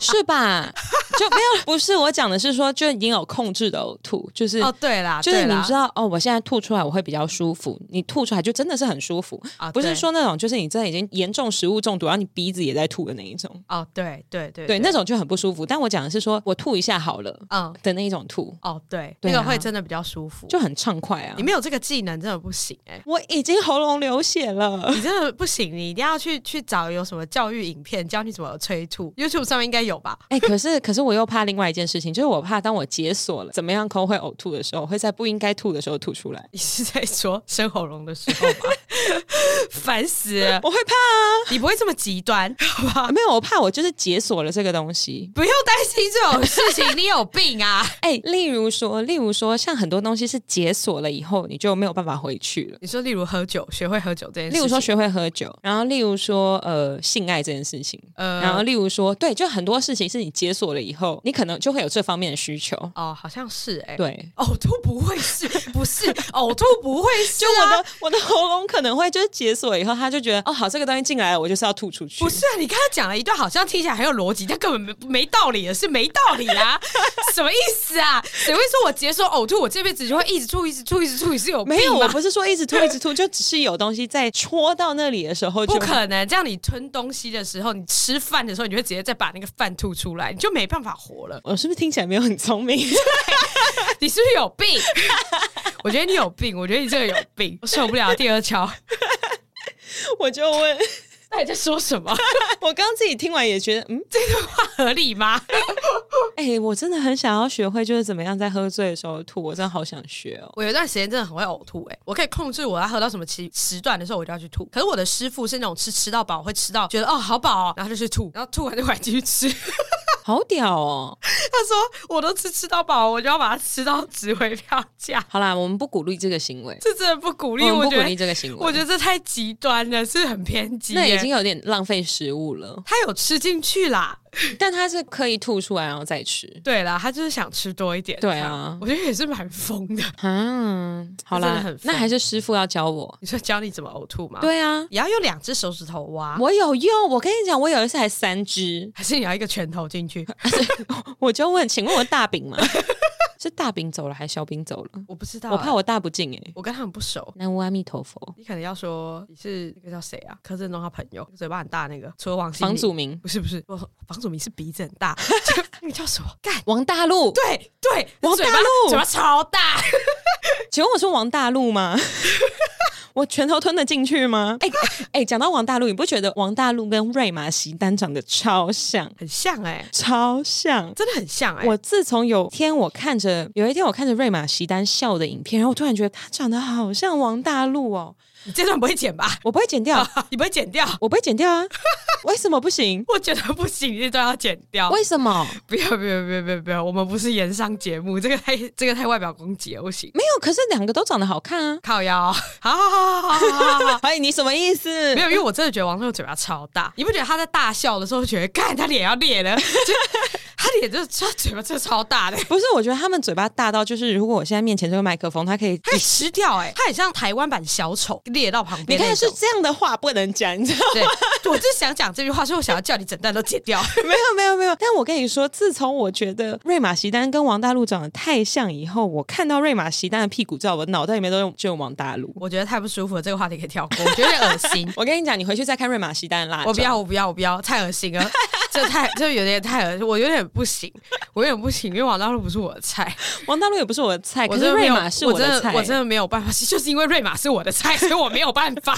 [SPEAKER 1] 是吧？就没有不是我讲的是说，就已经有控制的呕吐，就是。
[SPEAKER 2] 哦，对啦，
[SPEAKER 1] 就是
[SPEAKER 2] 对
[SPEAKER 1] 你
[SPEAKER 2] 啦
[SPEAKER 1] 知道哦，我现在吐出来我会比较舒服，你吐出来就真的是很舒服，
[SPEAKER 2] 啊，
[SPEAKER 1] 不是
[SPEAKER 2] 对
[SPEAKER 1] 说那种就是你真的已经严重食物中毒，然后你鼻子也在吐的那一种，
[SPEAKER 2] 哦，对对对
[SPEAKER 1] 对，那种就很不舒服。但我讲的是说我吐一下好了
[SPEAKER 2] 嗯，
[SPEAKER 1] 的那一种吐，
[SPEAKER 2] 哦，对，
[SPEAKER 1] 对
[SPEAKER 2] 那个
[SPEAKER 1] 啊
[SPEAKER 2] 会真的比较舒服。
[SPEAKER 1] 就很畅快啊
[SPEAKER 2] 你。没有这个技能，真的不行哎、
[SPEAKER 1] 我已经喉咙流血了，
[SPEAKER 2] 你真的不行，你一定要去去找有什么教育影片教你怎么催吐，YouTube 上面应该有吧？
[SPEAKER 1] 哎、可是可是我又怕另外一件事情，就是我怕当我解锁了怎么样抠会呕吐的时候，会在不应该吐的时候吐出来。
[SPEAKER 2] 你是在说生喉咙的时候吗？ 烦死了！
[SPEAKER 1] 我会怕
[SPEAKER 2] 你不会这么极端，好吧？
[SPEAKER 1] 啊，没有，我怕我就是解锁了这个东西。
[SPEAKER 2] 不用担心这种事情，你有病啊！
[SPEAKER 1] 哎、例如说，例如说，像很多东西是解锁了以后，你就没有办法回去了。
[SPEAKER 2] 你说，例如喝酒，学会喝酒这件事
[SPEAKER 1] 例
[SPEAKER 2] 情，
[SPEAKER 1] 如说，学会喝酒，然后例如说，呃，性爱这件事情，
[SPEAKER 2] 呃
[SPEAKER 1] 然后例如说，对，就很多事情是你解锁了以后，你可能就会有这方面的需求。
[SPEAKER 2] 哦，好像是哎、
[SPEAKER 1] 对，
[SPEAKER 2] 呕吐不会是， 不是呕吐不会是、
[SPEAKER 1] 就我
[SPEAKER 2] 啊，
[SPEAKER 1] 的、我的喉咙可能会就是解锁以后，他就觉得哦，好，这个东西进来了，我就是要吐出去。
[SPEAKER 2] 不是啊，你刚刚讲了一段好像听起来很有逻辑，但根本没没道理的，是没道理啊！ 什么意思啊？谁会说我解锁呕吐，我这辈子就会一直吐、一直吐、一直吐？你是有病
[SPEAKER 1] 没有，我
[SPEAKER 2] 吗？
[SPEAKER 1] 不是说一直吐一直吐，就只是有东西在戳到那里的时候就
[SPEAKER 2] 不可能！这样你吞东西的时候，你吃饭的时候，你就会直接再把那个饭吐出来，你就没办法活了。
[SPEAKER 1] 哦我是不是听起来没有很聪明？
[SPEAKER 2] 你是不是有病？ 我觉得你有病，我觉得你这个有病，我受不了第二 敲。
[SPEAKER 1] 我就问，
[SPEAKER 2] 到底在说什么？
[SPEAKER 1] 我刚自己听完也觉得，嗯，
[SPEAKER 2] 合理吗？
[SPEAKER 1] 哎、我真的很想要学会，就是怎么样在喝醉的时候吐，我真的好想学哦。
[SPEAKER 2] 我有一段时间真的很会呕吐、欸，我可以控制我要喝到什么时时段的时候我就要去吐。可是我的师傅是那种吃吃到饱，会吃到觉得哦好饱、哦，然后就去吐，然后吐完就回来继续吃。
[SPEAKER 1] 好屌哦！
[SPEAKER 2] 他说我都吃吃到饱，我就要把它吃到值回票价。
[SPEAKER 1] 好啦，我们不鼓励这个行为，
[SPEAKER 2] 这真的哦不鼓励，
[SPEAKER 1] 我
[SPEAKER 2] 我
[SPEAKER 1] 们不
[SPEAKER 2] 觉
[SPEAKER 1] 鼓励
[SPEAKER 2] 得
[SPEAKER 1] 这个行为，
[SPEAKER 2] 我觉得这太极端了，是很偏激、欸。
[SPEAKER 1] 那已经有点浪费食物了。
[SPEAKER 2] 他有吃进去啦。
[SPEAKER 1] 但它是刻意吐出来然后再吃
[SPEAKER 2] 对啦，他就是想吃多一点。
[SPEAKER 1] 对啊
[SPEAKER 2] 这样我觉得也是蛮疯的。
[SPEAKER 1] 啊。好
[SPEAKER 2] 这真的
[SPEAKER 1] 啦
[SPEAKER 2] 很，
[SPEAKER 1] 那
[SPEAKER 2] 烦
[SPEAKER 1] 还是师傅要教我。
[SPEAKER 2] 你说教你怎么呕吐吗？，
[SPEAKER 1] 对啊，
[SPEAKER 2] 也要用两只手指头挖，
[SPEAKER 1] 我有用。我跟你讲，我有一次还三只，
[SPEAKER 2] 还是你要一个拳头进去？
[SPEAKER 1] 我就问，请问我大饼吗？ 是大饼走了还是小饼走了？
[SPEAKER 2] 我不知道、啊
[SPEAKER 1] 我怕我大不敬哎、欸。
[SPEAKER 2] 我跟他们不熟。
[SPEAKER 1] 南无阿弥陀佛，
[SPEAKER 2] 你可能要说你是那个叫谁啊？柯震东他朋友，嘴巴很大那个，除了王心
[SPEAKER 1] 房
[SPEAKER 2] 凌
[SPEAKER 1] 祖名，
[SPEAKER 2] 不是不是，我房祖名是鼻子很 大，就那个叫什么？干，
[SPEAKER 1] 王大陆。
[SPEAKER 2] 对对，
[SPEAKER 1] 王
[SPEAKER 2] 嘴
[SPEAKER 1] 大
[SPEAKER 2] 巴
[SPEAKER 1] 陆
[SPEAKER 2] 嘴巴超大，
[SPEAKER 1] 请问我是王大陆 吗？我拳头吞得进去吗？哎、哎哎，讲、到王大陆，你不觉得王大陆跟瑞玛席丹长得超像，
[SPEAKER 2] 很像哎、
[SPEAKER 1] 超像？
[SPEAKER 2] 真的很像哎、
[SPEAKER 1] 我自从有天我看着有一天我看着瑞玛席丹笑的影片，然后我突然觉得他长得好像王大陆哦，
[SPEAKER 2] 你这段不会剪吧？
[SPEAKER 1] 我不会剪掉，
[SPEAKER 2] 你不会剪掉？
[SPEAKER 1] 我不会剪掉 啊，为什么不行？
[SPEAKER 2] 我觉得不行，这段要剪掉。
[SPEAKER 1] 为什么？
[SPEAKER 2] 不要不要不要不要不要，我们不是演上节目，这个太这个太外表攻击了，不行。
[SPEAKER 1] 没有，可是两个都长得好看啊。
[SPEAKER 2] 靠腰， 好好好好好好 好好。
[SPEAKER 1] 哎，你什么意思？
[SPEAKER 2] 没有，因为我真的觉得王正嘴巴超大，你不觉得他在大笑的时候觉得，干他脸要裂了， 就他脸就是他嘴巴真的超大的，
[SPEAKER 1] 不是，我觉得他们嘴巴大到，就是如果我现在面前这个麦克风，它可以
[SPEAKER 2] 他很失掉哎、他很像台湾版小丑，裂到旁
[SPEAKER 1] 你
[SPEAKER 2] 边
[SPEAKER 1] 看
[SPEAKER 2] 那
[SPEAKER 1] 是
[SPEAKER 2] 种。
[SPEAKER 1] 这样的话不能讲，你知道吗？
[SPEAKER 2] 对，我就是想讲这句话，所以我想要叫你整段都剪 掉。
[SPEAKER 1] 没有没有没有。但我跟你说，自从我觉得瑞玛席丹跟王大陆长得太像以后，我看到瑞玛席丹的屁股照，我脑袋里面都用只有王大陆。
[SPEAKER 2] 我觉得太不舒服了，这个话题可以跳过，我觉得有点恶心。
[SPEAKER 1] 我跟你讲，你回去再看瑞玛席丹的辣
[SPEAKER 2] 我不
[SPEAKER 1] 照
[SPEAKER 2] 要，我不要，我不要，太恶心了， 这太这有点太恶心，我有点不行， 我有点不行，因为王大陆不是我的菜，
[SPEAKER 1] 王大陆也不是我的菜，可
[SPEAKER 2] 我
[SPEAKER 1] 是
[SPEAKER 2] 真的没
[SPEAKER 1] 瑞
[SPEAKER 2] 有
[SPEAKER 1] 玛是
[SPEAKER 2] 我真
[SPEAKER 1] 的
[SPEAKER 2] 的欸
[SPEAKER 1] 菜，
[SPEAKER 2] 我真的没有办法， 就是因为瑞玛是我的菜， 所以我没有办法，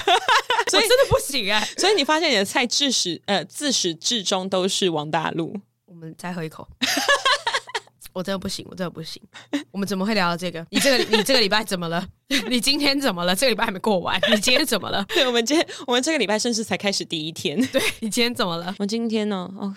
[SPEAKER 2] 所以真的不行哎、
[SPEAKER 1] 所以你发现你的菜至始呃自始至终都是王大陆。
[SPEAKER 2] 我们再喝一 口。我真的不行，我真的不行。我们怎么会聊到这 个？你这个你这个礼拜怎么了？ 你今天怎么了？这个礼拜还没过 完，你今天怎么了？
[SPEAKER 1] 对，我们今天我们这个礼拜甚至才开始第一 天。
[SPEAKER 2] 对你今天怎么了？
[SPEAKER 1] 我今天呢，哦，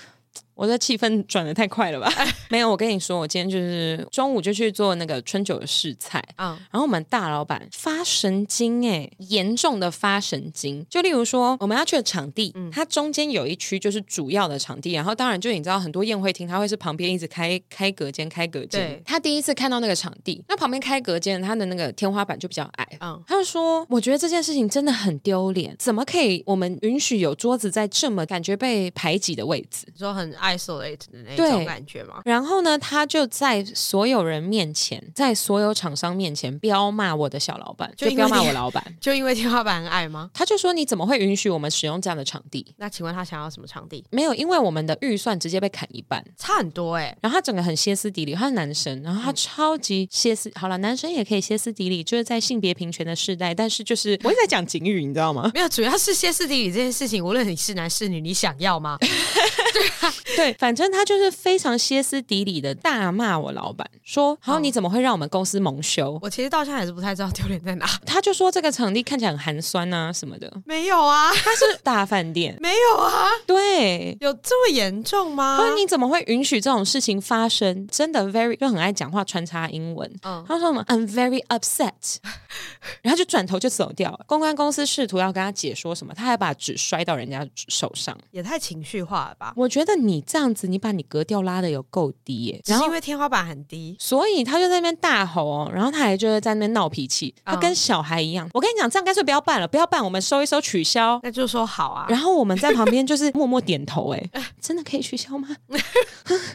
[SPEAKER 1] 我的气氛转的太快了吧？ 没有，我跟你说，我今天就是中午就去做那个春酒的试菜。
[SPEAKER 2] 嗯，
[SPEAKER 1] 然后我们大老板发神经哎、严重的发神经。就例如说，我们要去的场地，它中间有一区就是主要的场地，然后当然就你知道很多宴会厅，它会是旁边一直开开隔间开隔间
[SPEAKER 2] 对。
[SPEAKER 1] 他第一次看到那个场地，那旁边开隔间，它的那个天花板就比较矮。
[SPEAKER 2] 嗯
[SPEAKER 1] 他就说：“我觉得这件事情真的很丢脸，怎么可以我们允许有桌子在这么感觉被排挤的位置？”
[SPEAKER 2] 你说很 isolate 的那
[SPEAKER 1] 对
[SPEAKER 2] 种感觉吗？
[SPEAKER 1] 然后呢，他就在所有人面前，在所有厂商面前彪骂我的小老板，
[SPEAKER 2] 就
[SPEAKER 1] 就
[SPEAKER 2] 因为
[SPEAKER 1] 彪骂
[SPEAKER 2] 你
[SPEAKER 1] 我老板。
[SPEAKER 2] 就因为天花板很矮吗？
[SPEAKER 1] 他就说：“你怎么会允许我们使用这样的场地？
[SPEAKER 2] 那请问他想要什么场地？
[SPEAKER 1] 没有，因为我们的预算直接被砍一半。”
[SPEAKER 2] 差很多哎、
[SPEAKER 1] 然后他整个很歇斯底里，他是男生，然后他超级歇斯。好了，男生也可以歇斯底里，就是在性别平权的时代，但是就是我一直在讲警语，你知道吗？
[SPEAKER 2] 没有，主要是歇斯底里这件事情，无论你是男是女，你想要吗？
[SPEAKER 1] 对，反正他就是非常歇斯底里的大骂我老板，说：“好，你怎么会让我们公司蒙羞
[SPEAKER 2] 我其实到现在还是不太知道丢脸在哪。？”
[SPEAKER 1] 他就说这个场地看起来很寒酸啊什么的。
[SPEAKER 2] 没有啊，，
[SPEAKER 1] 他是大饭店
[SPEAKER 2] 没有啊，
[SPEAKER 1] 对。
[SPEAKER 2] 有这么严重吗
[SPEAKER 1] 他？说：“你怎么会允许这种事情发生？真的 very 就很爱讲话穿插英文。
[SPEAKER 2] 嗯
[SPEAKER 1] 他说什么 I'm very upset，然后就转头就走掉了。公关公司试图要跟他解说什么，他还把纸摔到人家手上。
[SPEAKER 2] 也太情绪化了吧？
[SPEAKER 1] 我觉得你这样子，你把你格调拉的有够低耶、
[SPEAKER 2] 只
[SPEAKER 1] 然
[SPEAKER 2] 是
[SPEAKER 1] 后
[SPEAKER 2] 因为天花板很低，
[SPEAKER 1] 所以他就在那边大吼哦，然后他还就是在那边闹脾气，他
[SPEAKER 2] 嗯
[SPEAKER 1] 跟小孩一样。我跟你讲，这样干脆不要办了，不要办，我们收一收，取消。
[SPEAKER 2] 那就说好啊。
[SPEAKER 1] 然后我们在旁边就是 默默点头、哎，真的可以取消吗？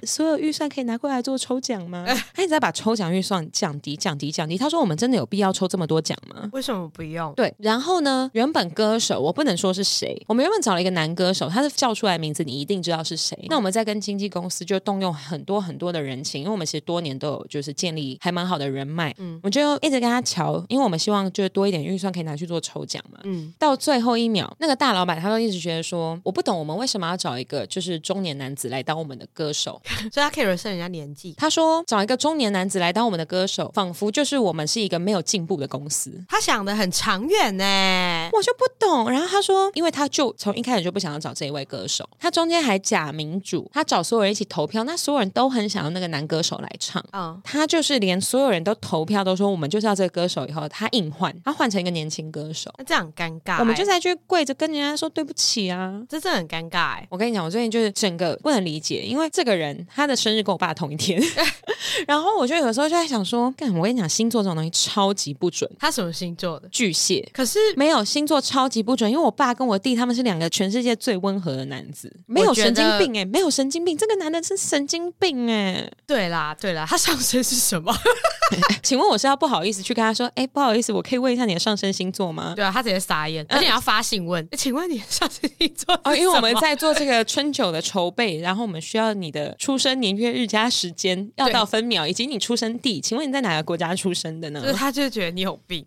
[SPEAKER 1] 所有预算可以拿过来做抽奖吗？他一直在把抽奖预算降低、降低、降低。他说：“我们真的有必要抽这么多奖吗
[SPEAKER 2] 为什么不用？”？
[SPEAKER 1] 对，然后呢？原本歌手我不能说是谁，我们原本找了一个男歌手，他是叫出来名字，你一定知道是谁。那我们再跟经纪公司就动用很多很多的人情，因为我们其实多年都有就是建立还蛮好的人脉，嗯，我就一直跟他瞧，因为我们希望就是多一点预算可以拿去做抽奖嘛，
[SPEAKER 2] 嗯，
[SPEAKER 1] 到最后一秒，那个大老板他都一直觉得说，我不懂我们为什么要找一个就是中年男子来当我们的歌手。
[SPEAKER 2] 所以他可以人生人家年纪。
[SPEAKER 1] 他说找一个中年男子来当我们的歌手，仿佛就是我们是一个没有进步的公司。
[SPEAKER 2] 他想的很长远欸呢、
[SPEAKER 1] 我就不懂，然后他说，因为他就从一开始就不想要找这一位歌手，他中间还假民主，他找所有人一起投票，那所有人都很想要那个男歌手来唱，
[SPEAKER 2] 嗯，
[SPEAKER 1] 他就是连所有人都投票都说我们就是要这个歌手，以后他硬换，他换成一个年轻歌手，
[SPEAKER 2] 那这样很尴尬欸、
[SPEAKER 1] 我们就在去跪着跟人家说对不起啊，
[SPEAKER 2] 这真的很尴尬哎、
[SPEAKER 1] 我跟你讲，我最近就就是整个不能理解，因为这个人他的生日跟我爸同一天， 然后我就有时候就在想说，干，我跟你讲，星座这种东西超级不准，
[SPEAKER 2] 他什么星座的？
[SPEAKER 1] 巨蟹。
[SPEAKER 2] 可是
[SPEAKER 1] 没有星座超级不准，因为我爸跟我弟他们是两个全世界最温和的男子，没有神经病哎、没有神经病，这个男的是神经病哎、
[SPEAKER 2] 对啦，对啦，他上身是什么？
[SPEAKER 1] 请问我是要不好意思去跟他说，哎、不好意思，我可以问一下你的上升星座吗？
[SPEAKER 2] 对啊，他直接傻眼，而且你要发信问，
[SPEAKER 1] 呃
[SPEAKER 2] 欸请问你上升星座？
[SPEAKER 1] 哦，因为我们。在做这个春酒的筹备，然后我们需要你的出生年月日加时间，要到分秒，以及你出生地。请问你在哪个国家出生的呢
[SPEAKER 2] 就？是他就觉得你有病，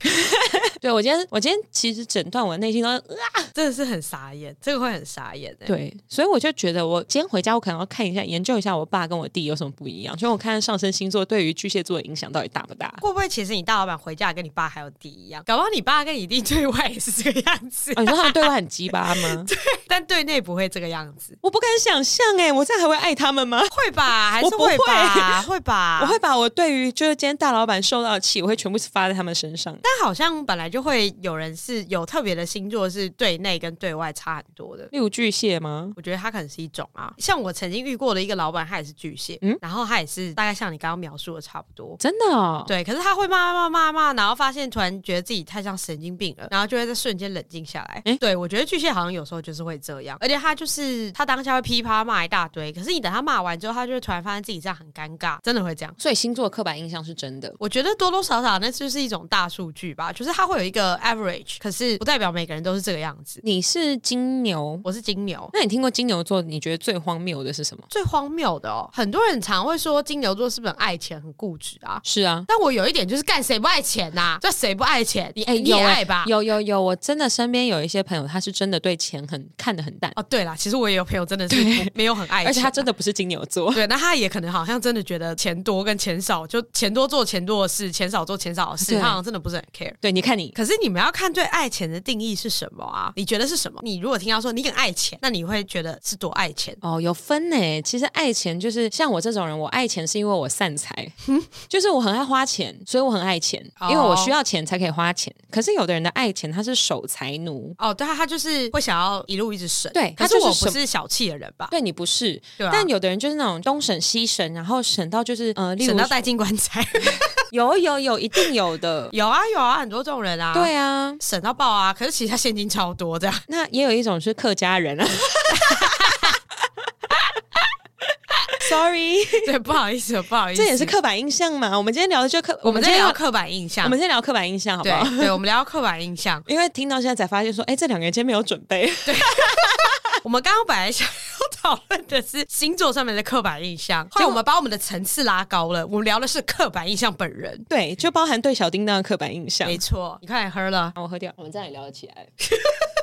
[SPEAKER 1] 对我今天，我今天其实整段我的内心都是呃
[SPEAKER 2] 真的是很傻眼，这个会很傻眼哎、
[SPEAKER 1] 对，所以我就觉得我今天回家，我可能要看一下，研究一下我爸跟我弟有什么不一样，所以我看上升星座对于巨蟹座的影响到底大不 大。
[SPEAKER 2] 会不会其实你大老板回家跟你爸还有弟一样？搞不好你爸跟你弟对外也是这个样子，
[SPEAKER 1] 哦、你说他们对我很鸡巴 吗？
[SPEAKER 2] 但对内不会这个样子，
[SPEAKER 1] 我不敢想象哎、我这样还会爱他们 吗？
[SPEAKER 2] 会吧？还是
[SPEAKER 1] 我不会
[SPEAKER 2] 吧？会吧？
[SPEAKER 1] 我会。把我对于就是今天大老板受到的气，我会全部发在他们身上。
[SPEAKER 2] 但好像本来就会有人是有特别的星座是对内跟对外差很多的。
[SPEAKER 1] 例如巨蟹吗？
[SPEAKER 2] 我觉得他可能是一种啊，像我曾经遇过的一个老板，他也是巨蟹，
[SPEAKER 1] 嗯
[SPEAKER 2] 然后他也是大概像你刚刚描述的差不多，
[SPEAKER 1] 真的哦，
[SPEAKER 2] 对，可是他会骂骂骂骂，然后发现突然觉得自己太像神经病了，然后就会在瞬间冷静下来。
[SPEAKER 1] 诶
[SPEAKER 2] 对我觉得巨蟹好像有时候就是会这样，而且他就是他当下会噼啪骂一大堆，可是你等他骂完之后，他就会突然发现自己这样很尴尬，真的会这样。
[SPEAKER 1] 所以星座刻板印象是真的。
[SPEAKER 2] 我觉得多多少少那就是一种大数据吧，就是他会有一个 average，可是不代表每个人都是这个样子。
[SPEAKER 1] 你是金牛，
[SPEAKER 2] 我是金牛，
[SPEAKER 1] 那你听过金牛座？你觉得最荒谬的是什么？
[SPEAKER 2] 最荒谬的哦，很多人常会说金牛座是不是很爱钱、很固执啊？
[SPEAKER 1] 是啊，
[SPEAKER 2] 但我有一点就是干谁不爱钱呐、这谁不爱钱？你、你
[SPEAKER 1] 有
[SPEAKER 2] 也
[SPEAKER 1] 欸
[SPEAKER 2] 爱吧？
[SPEAKER 1] 有有有，我真的身边有一些朋友，他是真的对钱很看得很淡，
[SPEAKER 2] 哦，对啦，其实我也有朋友真的是不没有很爱钱啊，
[SPEAKER 1] 而且他真的不是金牛座。
[SPEAKER 2] 对，那他也可能好像真的觉得钱多跟钱少，就钱多做钱多的事，钱少做钱少的事，
[SPEAKER 1] 对
[SPEAKER 2] 他好像真的不是很 care。
[SPEAKER 1] 对，你看你，
[SPEAKER 2] 可是你们要看对爱钱的定义是什么啊？你觉得是什么？你如果听到说你很爱钱，那你会觉得是多爱钱？
[SPEAKER 1] 哦，有分呢。其实爱钱就是像我这种人，我爱钱是因为我散财，就是我很爱花钱，所以我很爱钱，
[SPEAKER 2] 哦
[SPEAKER 1] 因为我需要钱才可以花钱。可是有的人的爱钱，他是守财奴。
[SPEAKER 2] 哦，对啊，他就是会想要一路一直省。
[SPEAKER 1] 对
[SPEAKER 2] 可
[SPEAKER 1] 他
[SPEAKER 2] 是
[SPEAKER 1] 就是
[SPEAKER 2] 我不
[SPEAKER 1] 什
[SPEAKER 2] 是小气的人吧？
[SPEAKER 1] 对你不是，
[SPEAKER 2] 对啊
[SPEAKER 1] 但有的人就是那种东省西省，然后省到就是呃，例如
[SPEAKER 2] 省到带进棺材，。
[SPEAKER 1] 有有有，一定有的
[SPEAKER 2] 有啊有啊，很多这种 人啊，，
[SPEAKER 1] 对啊，
[SPEAKER 2] 省到爆啊！可是其实他现金超多，这样
[SPEAKER 1] 那也有一种是客家人啊。Sorry，
[SPEAKER 2] 对，不好意思，不好意思，
[SPEAKER 1] 这也是刻板印象嘛。我们今天聊的就刻，
[SPEAKER 2] 我们在
[SPEAKER 1] 今天
[SPEAKER 2] 聊，刻板印象，
[SPEAKER 1] 我们今天聊刻板印象，好不
[SPEAKER 2] 对
[SPEAKER 1] 好？
[SPEAKER 2] 对，我们聊刻板印象。
[SPEAKER 1] 因为听到现在才发现说，哎，这两个人今天没有准备。
[SPEAKER 2] 我们刚刚本来想要讨论的是星座上面的刻板印象，后来我们把我们的层次拉高了，我们聊的是刻板印象本人。
[SPEAKER 1] 对，就包含对小叮当的刻板印象
[SPEAKER 2] 没。错，你快点喝了。
[SPEAKER 1] 好我喝掉，我们这样也聊得起来。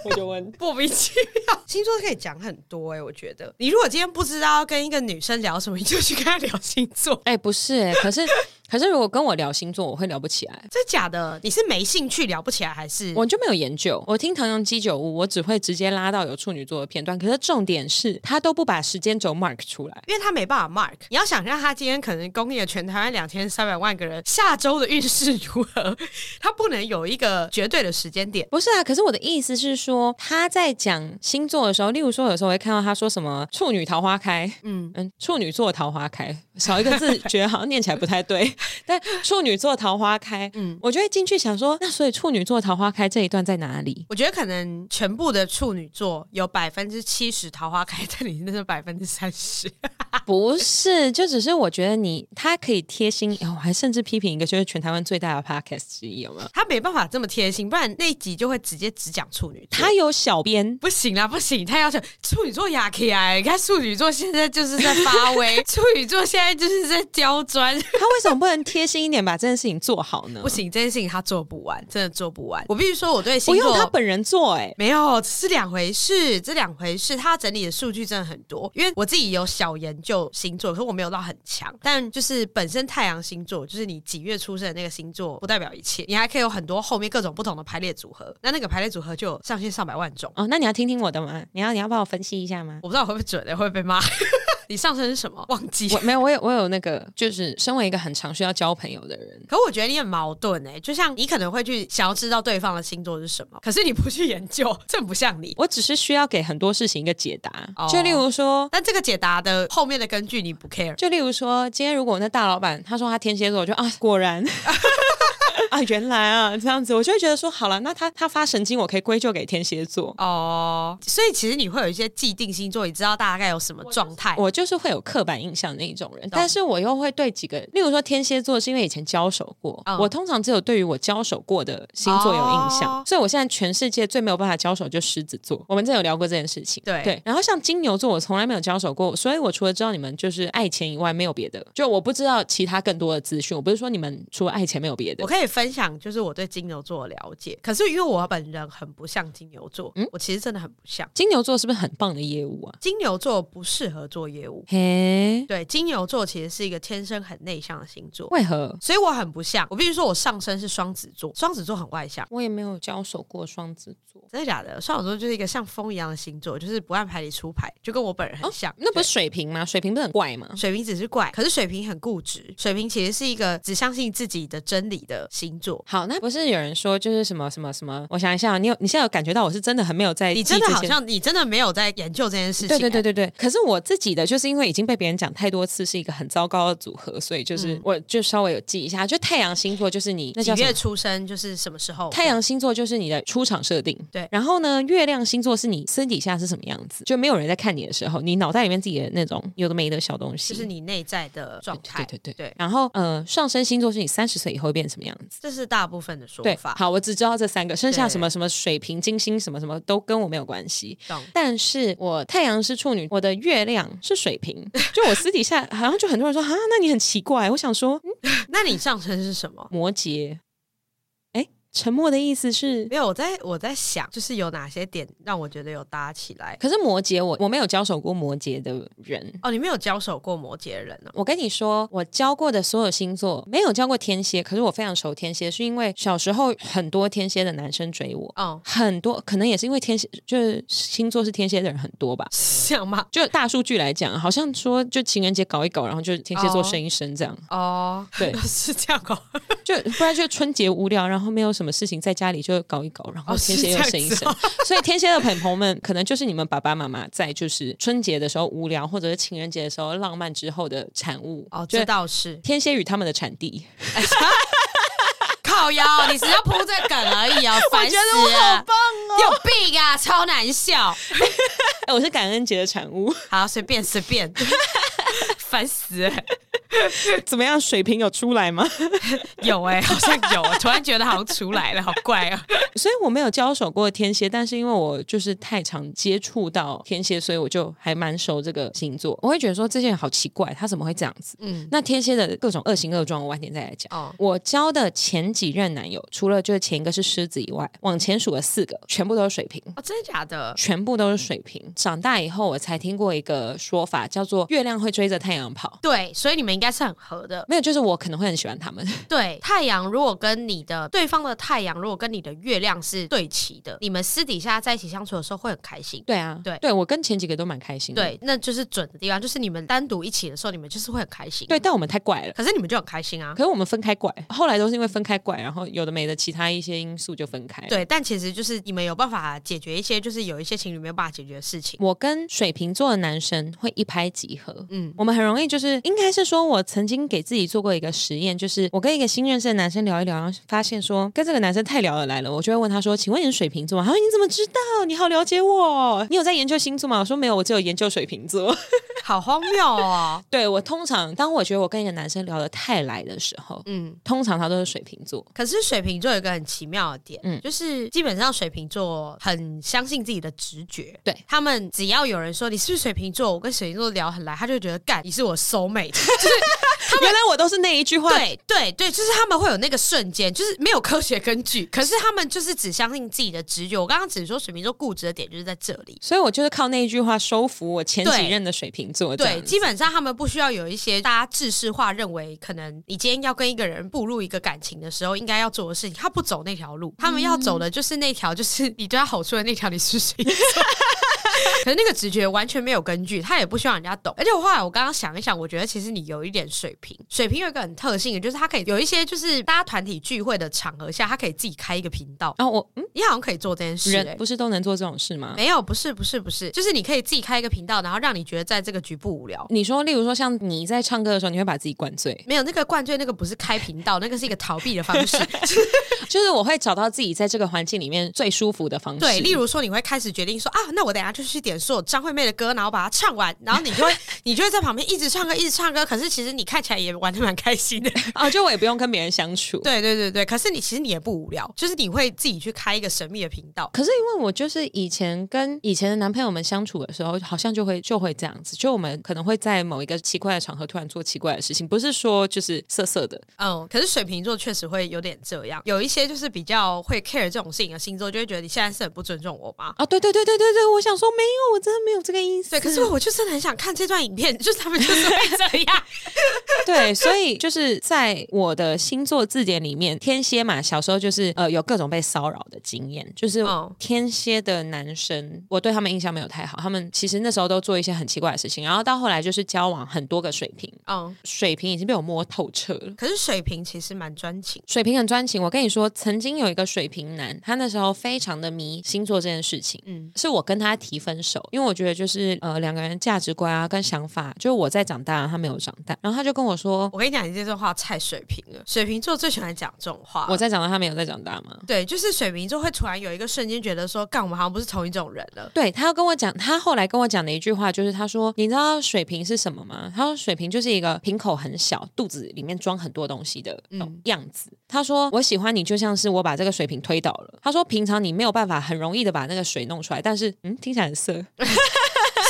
[SPEAKER 1] 我就问，
[SPEAKER 2] 莫名其妙，星座可以讲很多哎、我觉得你如果今天不知道要跟一个女生聊什么，你就去跟她聊星座，
[SPEAKER 1] 哎，不是哎，可是 可是如果跟我聊星座，我会聊不起来。
[SPEAKER 2] 真假的？你是没兴趣聊不起来，还是
[SPEAKER 1] 我就没有研究，我听《唐阳鸡酒屋》，我只会直接拉到有处女座的片段。可是重点是，他都不把时间轴 mark 出来。
[SPEAKER 2] 因为他没办法 mark？你要想象他今天可能公益了全台湾两千三百万个人，下周的运势如何， 他不能有一个绝对的时间点。
[SPEAKER 1] 不是啊，可是我的意思是说，他在讲星座的时候，例如说，有时候我会看到他说什么“处女桃花开”，嗯嗯，处女座桃花开，少一个字，觉得好像念起来不太对。 但处女座桃花开，嗯，我就会进去想说，那所以处女座桃花开这一段在哪里？
[SPEAKER 2] 我觉得可能全部的处女座有百分之七十桃花开，但你那是百分之三十。
[SPEAKER 1] 不是，就只是我觉得你他可以贴心，哦、我还甚至批评一个就是全台湾最大的 podcast 之一，有没有？
[SPEAKER 2] 他没办法这么贴心，不然那一集就会直接只讲处女座。
[SPEAKER 1] 他有小编，
[SPEAKER 2] 不行啦，不行！他要求处女座雅克啊，你看处女座现在就是在 发威，处女座现在就是在刁钻。
[SPEAKER 1] 他为什么不能贴心一点把这件事情做好呢
[SPEAKER 2] 不？行，这件事情他做不完，真的做不完。我必须说，我对
[SPEAKER 1] 不
[SPEAKER 2] 星
[SPEAKER 1] 用他
[SPEAKER 2] 座
[SPEAKER 1] 本人做、哎，
[SPEAKER 2] 没有，这是两回事，这两回事。他整理的数据真的很多，因为我自己有小研究星座，可是我没有到很强。但就是本身太阳星座，就是你几月出生的那个星座，不代表一切，你还可以有很多后面各种不同的排列组合。那那个排列组合就有上千上百万种，
[SPEAKER 1] 哦，那你要听听我的吗？你要你要帮我分析一下吗？
[SPEAKER 2] 我不知道我会不会准的、会不会被骂。你上身是什么？忘记。
[SPEAKER 1] 我没有，我有我有那个，就是身为一个很常需要交朋友的人，
[SPEAKER 2] 可我觉得你很矛盾哎、就像你可能会去想要知道对方的星座是什么，可是你不去研究，这很不像你。
[SPEAKER 1] 我只是需要给很多事情一个解答。
[SPEAKER 2] 哦
[SPEAKER 1] 就例如说，
[SPEAKER 2] 但这个解答的后面的根据你不 care，
[SPEAKER 1] 就例如说，今天如果那大老板他说他天蝎座，我就啊，果然。 啊，原来啊，这样子，我就会觉得说，好了，那他他发神经，我可以归咎给天蝎座。
[SPEAKER 2] 哦，所以其实你会有一些既定星座，你知道大概有什么状态。
[SPEAKER 1] 我就是会有刻板印象那一种人，但是我又会对几个，例如说天蝎座，是因为以前交手过，
[SPEAKER 2] 嗯
[SPEAKER 1] 我通常只有对于我交手过的星座有印象，
[SPEAKER 2] 哦
[SPEAKER 1] 所以我现在全世界最没有办法交手就狮子座，我们真的有聊过这件事情，
[SPEAKER 2] 对
[SPEAKER 1] 对。然后像金牛座，我从来没有交手过，所以我除了知道你们就是爱钱以外，没有别的，就我不知道其他更多的资讯，我不是说你们除了爱钱没有别的
[SPEAKER 2] 我，可以分享，就是我对金牛座的了解。可是因为我本人很不像金牛座，
[SPEAKER 1] 嗯
[SPEAKER 2] 我其实真的很不像。
[SPEAKER 1] 金牛座是不是很棒的业务啊？
[SPEAKER 2] 金牛座不适合做业务，
[SPEAKER 1] 嘿，
[SPEAKER 2] 对，金牛座其实是一个天生很内向的星座，
[SPEAKER 1] 为何？
[SPEAKER 2] 所以我很不像。我必须说，我上身是双子座，双子座很外向。
[SPEAKER 1] 我也没有交手过双子座，
[SPEAKER 2] 真的假的？双子座就是一个像风一样的星座，就是不按牌理出牌，就跟我本人很像。
[SPEAKER 1] 哦那不是水瓶吗？水瓶不是很怪吗？
[SPEAKER 2] 水瓶只是怪，可是水瓶很固执。水瓶其实是一个只相信自己的真理的星座。
[SPEAKER 1] 好，那不是有人说就是什么什么什么？我想一下，你有你现在有感觉到我是真的很没有在
[SPEAKER 2] 你
[SPEAKER 1] 记
[SPEAKER 2] 真的
[SPEAKER 1] 这
[SPEAKER 2] 好
[SPEAKER 1] 些
[SPEAKER 2] 像你真的没有在研究这件事情、啊
[SPEAKER 1] 对对对对对。可是我自己的就是因为已经被别人讲太多次是一个很糟糕的组合，所以就是、我就稍微有记一下，就太阳星座就是你那
[SPEAKER 2] 嗯几
[SPEAKER 1] 叫什
[SPEAKER 2] 月
[SPEAKER 1] 么？
[SPEAKER 2] 出生就是什么时候？
[SPEAKER 1] 太阳星座就是你的出场设定，
[SPEAKER 2] 对
[SPEAKER 1] 然后呢，月亮星座是你私底下是什么样子，就没有人在看你的时候，你脑袋里面自己的那种有的没的小东西。
[SPEAKER 2] 就是你内在的状态。
[SPEAKER 1] 对对对
[SPEAKER 2] 对
[SPEAKER 1] 然后，呃，上升星座是你三十岁以后会变成什么样子？
[SPEAKER 2] 这是大部分的说
[SPEAKER 1] 对，
[SPEAKER 2] 法。
[SPEAKER 1] 好，我只知道这三个，剩下
[SPEAKER 2] 对
[SPEAKER 1] 什么什么水瓶、金星什么什么都跟我没有关系。
[SPEAKER 2] 懂
[SPEAKER 1] 但是我太阳是处女，我的月亮是水瓶，就我私底下好像就很多人说啊，那你很奇怪。我想说，嗯
[SPEAKER 2] 那你上身是什么？
[SPEAKER 1] 摩羯，哎，沉默的意思是。
[SPEAKER 2] 没有，我在我在想，就是有哪些点让我觉得有搭起来。
[SPEAKER 1] 可是摩羯我我没有交手过摩羯的人。
[SPEAKER 2] 哦，你没有交手过摩羯的人啊呢、
[SPEAKER 1] 我跟你说，我教过的所有星座没有教过天蝎，可是我非常熟天蝎，是因为小时候很多天蝎的男生追我，
[SPEAKER 2] 哦，
[SPEAKER 1] 很多可能也是因为天蝎就是星座是天蝎的人很多吧，
[SPEAKER 2] 是这样吗？
[SPEAKER 1] 就大数据来讲，好像说就情人节搞一搞，然后就天蝎座生一生这样，
[SPEAKER 2] 哦，
[SPEAKER 1] 对
[SPEAKER 2] 是这样哦。
[SPEAKER 1] 就不然就春节无聊，然后没有什么事情在家里就搞一搞，然后
[SPEAKER 2] 哦
[SPEAKER 1] 天蝎又生一
[SPEAKER 2] 是这
[SPEAKER 1] 生。
[SPEAKER 2] 样
[SPEAKER 1] 所以天蝎的朋友们，可能就是你们爸爸妈妈在就是春节的时候无聊，或者是情人节的时候浪漫之后的产物。
[SPEAKER 2] 哦，
[SPEAKER 1] 就
[SPEAKER 2] 这倒是。
[SPEAKER 1] 天蝎与他们的产地。
[SPEAKER 2] 靠腰，你只要铺这梗而已 哦，烦死
[SPEAKER 1] 我觉得我好
[SPEAKER 2] 了！有病啊，超难笑。
[SPEAKER 1] 哎，我是感恩节的产物。
[SPEAKER 2] 好，随便随 便，烦死了！
[SPEAKER 1] 怎么样？水平有出来吗？
[SPEAKER 2] 有哎、 好像有，我突然觉得好像出来了，好怪啊！
[SPEAKER 1] 所以我没有交手过天蝎，但是因为我就是太常接触到天蝎，所以我就还蛮熟这个星座。我会觉得说这些人好奇怪，他怎么会这样子？
[SPEAKER 2] 嗯，
[SPEAKER 1] 那天蝎的各种恶行恶状，我晚点再来讲。
[SPEAKER 2] 哦，
[SPEAKER 1] 我交的前几任男友，除了就是前一个是狮子以外，往前数了四个，全部都是水瓶，
[SPEAKER 2] 哦，真的假的？
[SPEAKER 1] 全部都是水瓶。长大以后，我才听过一个说法，叫做月亮会追着太阳跑。
[SPEAKER 2] 对，所以你们应该是很合的。
[SPEAKER 1] 没有，就是我可能会很喜欢他们。
[SPEAKER 2] 对，太阳如果跟你的对方的太阳如果跟你的月亮是对齐的，你们私底下在一起相处的时候会很开心。
[SPEAKER 1] 对啊，
[SPEAKER 2] 对
[SPEAKER 1] 我跟前几个都蛮开心的。
[SPEAKER 2] 对，那就是准的地方，就是你们单独一起的时候，你们就是会很开心。
[SPEAKER 1] 对，，但我们太怪了。
[SPEAKER 2] 可是你们就很开心啊。
[SPEAKER 1] 可是我们分开怪，后来都是因为分开怪，然后有的没的其他一些因素就分开。，
[SPEAKER 2] 对，但其实就是你们有办法解决一些，就是有一些情侣没有办法解决的事情。
[SPEAKER 1] 我跟水瓶座的男生会一拍即合，
[SPEAKER 2] 嗯，
[SPEAKER 1] 我们很容易就是，应该是说我曾经给自己做过一个实验，就是我跟一个新认识的男生聊一聊，然后发现说跟这个男生太聊得来了，我就会问他说：“请问你是水瓶座吗？”他说：“你怎么知道？你好了解我，你有在研究星座吗？”我说：“没有，我只有研究水瓶座。
[SPEAKER 2] 好荒谬哦。
[SPEAKER 1] 对”我通常当我觉得我跟一个男生聊得太来的时候，
[SPEAKER 2] 嗯，
[SPEAKER 1] 通常他都是水瓶座。
[SPEAKER 2] 可是水瓶座有一个很奇妙的点，
[SPEAKER 1] 嗯
[SPEAKER 2] 就是基本上水瓶座很相信自己的直觉，
[SPEAKER 1] 对
[SPEAKER 2] 他们只要有人说你是不是水瓶座，我跟水瓶座聊很来，他就会觉得干你是我 soul mate，
[SPEAKER 1] 原来我都是那一句话。
[SPEAKER 2] 对对对，就是他们会有那个瞬间，就是没有科学根据，可是他们就是只相信自己的直觉。我刚刚只是说水瓶座固执的点就是在这里。
[SPEAKER 1] 所以我就是靠那一句话收服我前几任的水瓶座。这
[SPEAKER 2] 对，
[SPEAKER 1] 样子
[SPEAKER 2] 基本上他们不需要有一些大家制式化认为，可能你今天要跟一个人步入一个感情的时候应该要做的事情，他不
[SPEAKER 1] 嗯
[SPEAKER 2] 走那条路，他们要走的就是那条，就是你对他吼出的那条，你是谁？可是那个直觉完全没有根据，他也不希望人家懂。而且我后来我刚刚想一想，我觉得其实你有一点水平，水平有一个很特性，就是他可以有一些就是大家团体聚会的场合下，他可以自己开一个频道。
[SPEAKER 1] 然后我嗯，
[SPEAKER 2] 你好像可以做这件事、欸
[SPEAKER 1] 人，不是都能做这种事吗？
[SPEAKER 2] 没有，不是，不是，不是，就是你可以自己开一个频道，然后让你觉得在这个局不无聊。
[SPEAKER 1] 你说，例如说像你在唱歌的时候，你会把自己灌醉，
[SPEAKER 2] 没有那个灌醉，那个不是开频道，那个是一个逃避的方 式。
[SPEAKER 1] 就是我会找到自己在这个环境里面最舒服的方式。
[SPEAKER 2] 对，例如说你会开始决定说啊，那我等一下就去点所有张惠妹的歌，然后把它唱完，然后你就会 你就会在旁边一直唱歌，一直唱歌。可是其实你看起来也玩的蛮开心的。
[SPEAKER 1] 啊，就我也不用跟别人相处。
[SPEAKER 2] 对对对对，可是你其实你也不无聊，就是你会自己去开一个神秘的频道。
[SPEAKER 1] 可是因为我就是以前跟以前的男朋友们相处的时候，好像就会就会这样子，就我们可能会在某一个奇怪的场合突然做奇怪的事情，不是说就是色色的，
[SPEAKER 2] 嗯，可是水瓶座确实会有点这样，有一些就是比较会 care 这种事情的星座，就会觉得你现在是很不尊重我吗？
[SPEAKER 1] 啊，对对对对对对，我想说没有，我真的没有这个意思。
[SPEAKER 2] 对，可是我就真的很想看这段影片，就是他们就是会这 样。
[SPEAKER 1] 对，所以就是在我的星座字典里面，天蝎嘛，小时候就是呃有各种被骚扰的经验，就是
[SPEAKER 2] 哦
[SPEAKER 1] 天蝎的男生，我对他们印象没有太好，他们其实那时候都做一些很奇怪的事情，然后到后来就是交往很多个水瓶，
[SPEAKER 2] 嗯，
[SPEAKER 1] 水瓶已经被我摸透彻了。
[SPEAKER 2] 可是水瓶其实蛮专情。
[SPEAKER 1] 水瓶很专情，我跟你说，曾经有一个水瓶男，他那时候非常的迷星座这件事情，
[SPEAKER 2] 嗯，
[SPEAKER 1] 是我跟他提分手，因为我觉得就是呃两个人价值观啊跟想法，就是我在长大，他没有长大，然后他就跟我说，
[SPEAKER 2] 我跟你讲，你这段话太水瓶了。水瓶座最喜欢讲这种话。
[SPEAKER 1] 我在长大，他没有在长大吗？
[SPEAKER 2] 对，就是水瓶座会突然有一个瞬间觉得说，干，我们好像不是同一种人 了。
[SPEAKER 1] 对他要跟我讲，他后来跟我讲的一句话就是，他说：“你知道水瓶是什么吗？”他说：“水瓶就是一个瓶口很小，肚子里面装很多东西的那种样子。他说：“我喜欢你，就像是我把这个水瓶推倒了。”他说：“平常你没有办法很容易的把那个水弄出来，但是嗯，听起来很色。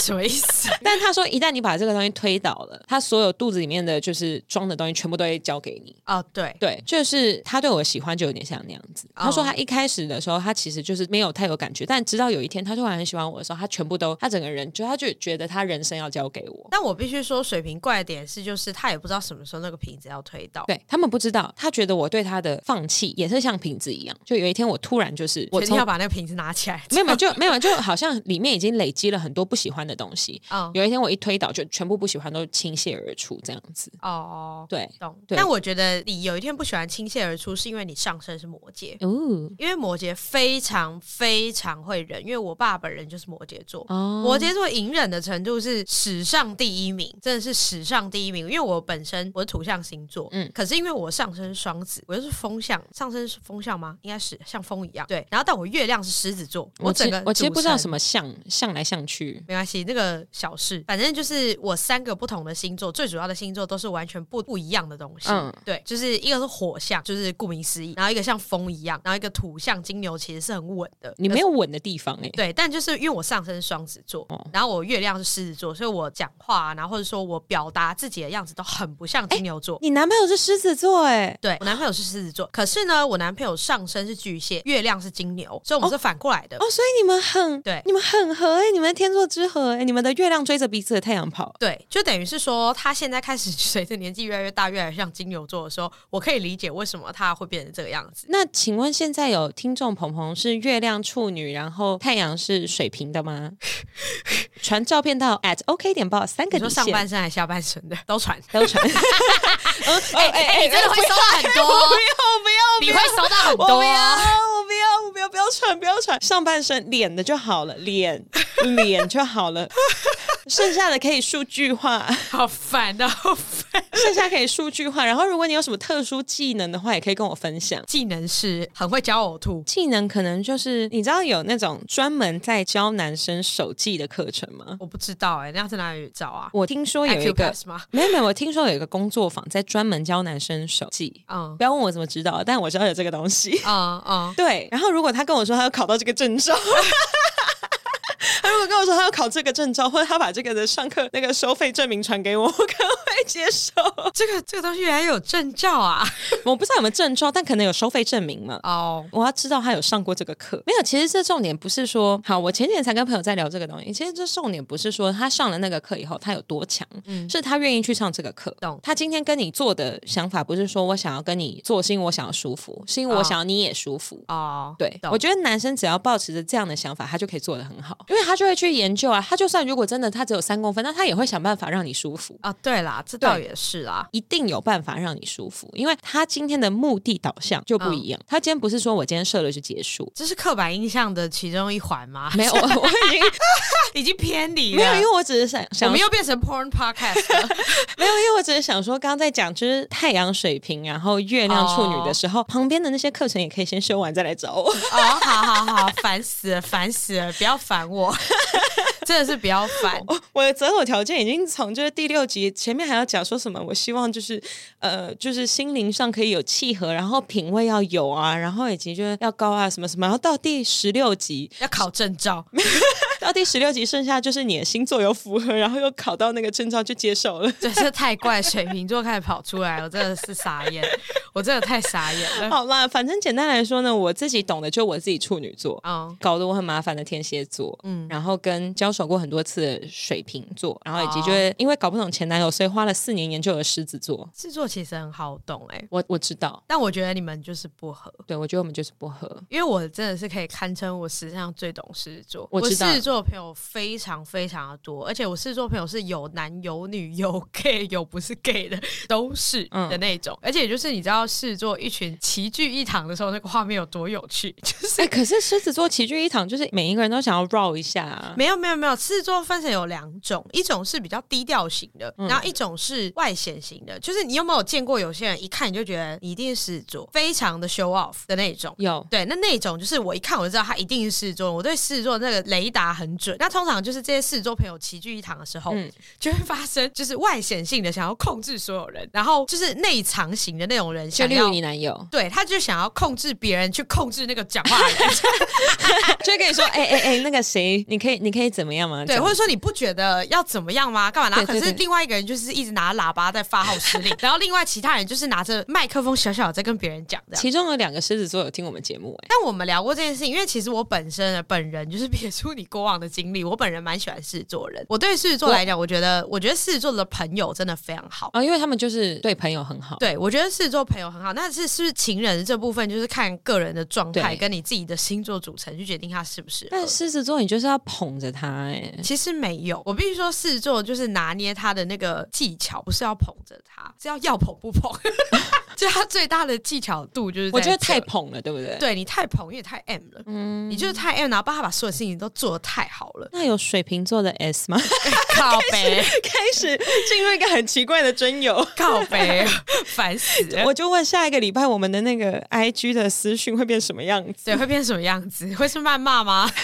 [SPEAKER 2] 什么意思？
[SPEAKER 1] 但他说，一旦你把这个东西推倒了，他所有肚子里面的就是装的东西全部都会交给你。”
[SPEAKER 2] 哦，对，
[SPEAKER 1] 对，就是他对我的喜欢就有点像那样子。
[SPEAKER 2] 哦
[SPEAKER 1] 他说他一开始的时候，他其实就是没有太有感觉，但直到有一天他突然很喜欢我的时候，他全部都，他整个人就他就觉得他人生要交给我。
[SPEAKER 2] 但我必须说，水瓶怪的点是，就是他也不知道什么时候那个瓶子要推倒。
[SPEAKER 1] 对他们不知道，他觉得我对他的放弃也是像瓶子一样，就有一天我突然就是我
[SPEAKER 2] 决定
[SPEAKER 1] 从
[SPEAKER 2] 要把那个瓶子拿起来。
[SPEAKER 1] 没有没有就没有就好像里面已经累积了很多不喜欢的东西，
[SPEAKER 2] 哦
[SPEAKER 1] 有一天我一推倒，就全部不喜欢都倾泻而出这样子。
[SPEAKER 2] 哦，
[SPEAKER 1] 对，
[SPEAKER 2] 懂。
[SPEAKER 1] 对
[SPEAKER 2] 但我觉得你有一天不喜欢倾泻而出，是因为你上身是摩羯。
[SPEAKER 1] 哦
[SPEAKER 2] 因为摩羯非常非常会忍，因为我爸本人就是摩羯座，
[SPEAKER 1] 哦，
[SPEAKER 2] 摩羯座隐忍的程度是史上第一名，真的是史上第一名。因为我本身我是土象星座，
[SPEAKER 1] 嗯
[SPEAKER 2] 嗯，可是因为我上身是双子，我又是风象，上身是风象吗？应该是像风一样，对。然后但我月亮是狮子座，
[SPEAKER 1] 我其
[SPEAKER 2] 整个
[SPEAKER 1] 我其实不知道什
[SPEAKER 2] 么。
[SPEAKER 1] 么像像来像去，
[SPEAKER 2] 没关系，那个小事，反正就是我三个不同的星座，最主要的星座都是完全不不一样的东西。
[SPEAKER 1] 嗯
[SPEAKER 2] 对，就是一个是火象，就是顾名思义，然后一个像风一样，然后一个土象金牛其实是很稳的。
[SPEAKER 1] 你没有稳的地方哎、
[SPEAKER 2] 对，但就是因为我上升是双子座，
[SPEAKER 1] 哦
[SPEAKER 2] 然后我月亮是狮子座，所以我讲话、啊，然后或者说我表达自己的样子都很不像金牛座。
[SPEAKER 1] 你男朋友是狮子座哎、
[SPEAKER 2] 对我男朋友是狮子座，可是呢，我男朋友上升是巨蟹，月亮是金牛，所以我们是反过来的。
[SPEAKER 1] 哦，所以你们很
[SPEAKER 2] 呃对
[SPEAKER 1] 你们很合哎、你们天作之合哎、你们的月亮追着彼此的太阳跑。
[SPEAKER 2] 对，就等于是说，他现在开始 随着年纪越来越大，越来越像金牛座的时候，我可以理解为什么他会变成这个样子。
[SPEAKER 1] 那请问现在有听众鹏鹏是月亮处女，然后太阳是水瓶的 吗？传照片到 at OK 点报三个
[SPEAKER 2] 你
[SPEAKER 1] 底
[SPEAKER 2] 说上半
[SPEAKER 1] 线
[SPEAKER 2] 身还是下半身的都传，
[SPEAKER 1] 都传。 哎哎
[SPEAKER 2] 哎、你真的会收到很多，
[SPEAKER 1] 不
[SPEAKER 2] 你会收到
[SPEAKER 1] 要
[SPEAKER 2] 很
[SPEAKER 1] 我
[SPEAKER 2] 多
[SPEAKER 1] 不。要我不要我不要不要传不要传，上半身脸的就好了，脸脸就好 了，剩下的可以数据化。
[SPEAKER 2] 好烦啊，好烦！
[SPEAKER 1] 剩下可以数据化。然后，如果你有什么特殊技能的话，也可以跟我分享。
[SPEAKER 2] 技能是很会教呕吐，
[SPEAKER 1] 技能可能就是你知道有那种专门在教男生手技的课程吗？
[SPEAKER 2] 我不知道哎、那要在哪里找啊？
[SPEAKER 1] 我听说有一个
[SPEAKER 2] Acupass 吗？
[SPEAKER 1] 没有没有，我听说有一个工作坊在专门教男生手技。
[SPEAKER 2] 嗯
[SPEAKER 1] 不要问我怎么知道，但我知道有这个东西。
[SPEAKER 2] 嗯嗯，
[SPEAKER 1] 对，然后如果他跟我说他要考到这个证照。 他如果跟我说他要考这个证照，或者他把这个的上课那个收费证明传给我，我可能会接受。
[SPEAKER 2] 这个这个东西原来有证照啊！
[SPEAKER 1] 我不知道有没有证照，但可能有收费证明嘛。
[SPEAKER 2] 哦，
[SPEAKER 1] 我要知道他有上过这个课。没有，其实这重点不是说，好，我前几天才跟朋友在聊这个东西。其实这重点不是说他上了那个课以后他有多强，
[SPEAKER 2] 嗯
[SPEAKER 1] 是他愿意去上这个课。
[SPEAKER 2] 懂
[SPEAKER 1] 他今天跟你做的想法不是说我想要跟你做，是因为我想要舒服，是因为我
[SPEAKER 2] 哦
[SPEAKER 1] 想要你也舒服。
[SPEAKER 2] 哦，
[SPEAKER 1] 对，
[SPEAKER 2] 懂
[SPEAKER 1] 我觉得男生只要保持着这样的想法，他就可以做得很好，因为他就会去研究啊。他就算如果真的他只有三公分，那他也会想办法让你舒服，
[SPEAKER 2] 啊，对啦，这倒也是啊啦，
[SPEAKER 1] 一定有办法让你舒服，因为他今天的目的导向就不一样。他今天不是说我今天射了就结束，
[SPEAKER 2] 这是刻板印象的其中一环吗？
[SPEAKER 1] 没有，我我已经
[SPEAKER 2] 已经偏离
[SPEAKER 1] 没有，
[SPEAKER 2] 了，
[SPEAKER 1] 因为我只是想
[SPEAKER 2] 我
[SPEAKER 1] 想
[SPEAKER 2] 们又变成 porn podcast 了。
[SPEAKER 1] 没有，因为我只是想说，刚刚在讲就是太阳水瓶，然后月亮处女的时候，旁边的那些课程也可以先修完再来找我。
[SPEAKER 2] 哦，好好好，烦死了，烦死了，不要烦 我，真的是不要烦。
[SPEAKER 1] 我的择偶条件已经从就是第六集前面还要讲说什么，我希望就是呃，就是心灵上可以有契合，然后品味要有啊，然后以及就是要高啊什么什么，然后到第十六集，
[SPEAKER 2] 要考证照，
[SPEAKER 1] 到第十六集剩下就是你的星座有符合，然后又考到那个证照就接受了。
[SPEAKER 2] 真是太怪，水瓶座开始跑出来，我真的是傻眼，我真的太傻眼了。
[SPEAKER 1] 好啦，反正简单来说呢，我自己懂的就我自己处女座，
[SPEAKER 2] 嗯，
[SPEAKER 1] 搞得我很麻烦的天蝎座，嗯，然后跟交手过很多次的水瓶座，然后以及
[SPEAKER 2] 哦
[SPEAKER 1] 就是因为搞不懂前男友，所以花了四年研究的狮子座。
[SPEAKER 2] 制作其实很好懂哎、
[SPEAKER 1] 我我知道，
[SPEAKER 2] 但我觉得你们就是不合。
[SPEAKER 1] 对我觉得我们就是不合。
[SPEAKER 2] 因为我真的是可以堪称我史上最懂狮子座，
[SPEAKER 1] 我
[SPEAKER 2] 狮
[SPEAKER 1] 知道
[SPEAKER 2] 子座的朋友非常非常的多，而且我狮子座朋友是有男有女有 gay 有不是 gay 的都是
[SPEAKER 1] 嗯
[SPEAKER 2] 的那种，而且就是你知道狮子座一群齐聚一堂的时候，那个画面有多有趣， 就是
[SPEAKER 1] 哎、可是狮子座齐聚一堂，就是每一个人都想要绕一下、啊。
[SPEAKER 2] 没有没有没有，狮子座分成有两种，一种是比较低调型的，然后一种是外显型的。就是你有没有见过有些人一看你就觉得你一定是狮子座，非常的 show off 的那种。
[SPEAKER 1] 有
[SPEAKER 2] 对，那那种就是我一看我就知道他一定是狮子座，我对狮子座那个雷达很准。那通常就是这些狮子座朋友齐聚一堂的时候，
[SPEAKER 1] 嗯
[SPEAKER 2] 就会发生就是外显性的想要控制所有人，然后就是内藏型的那种人
[SPEAKER 1] 就
[SPEAKER 2] 想
[SPEAKER 1] 例如
[SPEAKER 2] 要
[SPEAKER 1] 你。男友，
[SPEAKER 2] 对，他就想要控制别人，去控制那个讲话的 人，
[SPEAKER 1] 就会跟你 说，哎哎哎，那个谁，你可以你可以怎么样吗？这
[SPEAKER 2] 对，
[SPEAKER 1] 样
[SPEAKER 2] 或者说你不觉得要怎么样吗？干嘛？然后
[SPEAKER 1] 对
[SPEAKER 2] 可
[SPEAKER 1] 对
[SPEAKER 2] 是
[SPEAKER 1] 对
[SPEAKER 2] 另外一个人就是一直拿喇叭在发号施 令，然后另外其他人就是拿着麦克风小小的在跟别人讲这样。
[SPEAKER 1] 其中有两个狮子座有听我们节目、哎，
[SPEAKER 2] 但我们聊过这件事情，因为其实我本身的本人就是撇出你过往的经历，我本人蛮喜欢狮子座人。我对狮子座来讲，我觉得我觉得狮子座的朋友真的非常好。
[SPEAKER 1] 哦，因为他们就是对朋友很好。
[SPEAKER 2] 对，我觉得狮子座朋友很好，但是是不是情人这部分，就是看个人的状态
[SPEAKER 1] 对
[SPEAKER 2] 跟你自己的星座组成去决定他适不适合
[SPEAKER 1] 但。狮子座你就是要捧着他、 哎，
[SPEAKER 2] 其实没有，我必须说狮子座就是拿捏他的那个技巧，不是要捧着他，是要要捧不捧。 就他最大的技巧度就是在
[SPEAKER 1] 我觉得太
[SPEAKER 2] 这
[SPEAKER 1] 捧了，对不对？，
[SPEAKER 2] 对你太捧，因为太 M 了，嗯，你就是太 M，然后帮他把所有事情都做得太好了
[SPEAKER 1] 那有水瓶座的 S 吗？
[SPEAKER 2] 靠北
[SPEAKER 1] 开始进入一个很奇怪的真友。
[SPEAKER 2] 靠 北，烦死了。
[SPEAKER 1] 我就问下一个礼拜我们的那个 I G 的私讯会变什么样子？
[SPEAKER 2] 对，会变什么样子？会是谩骂吗？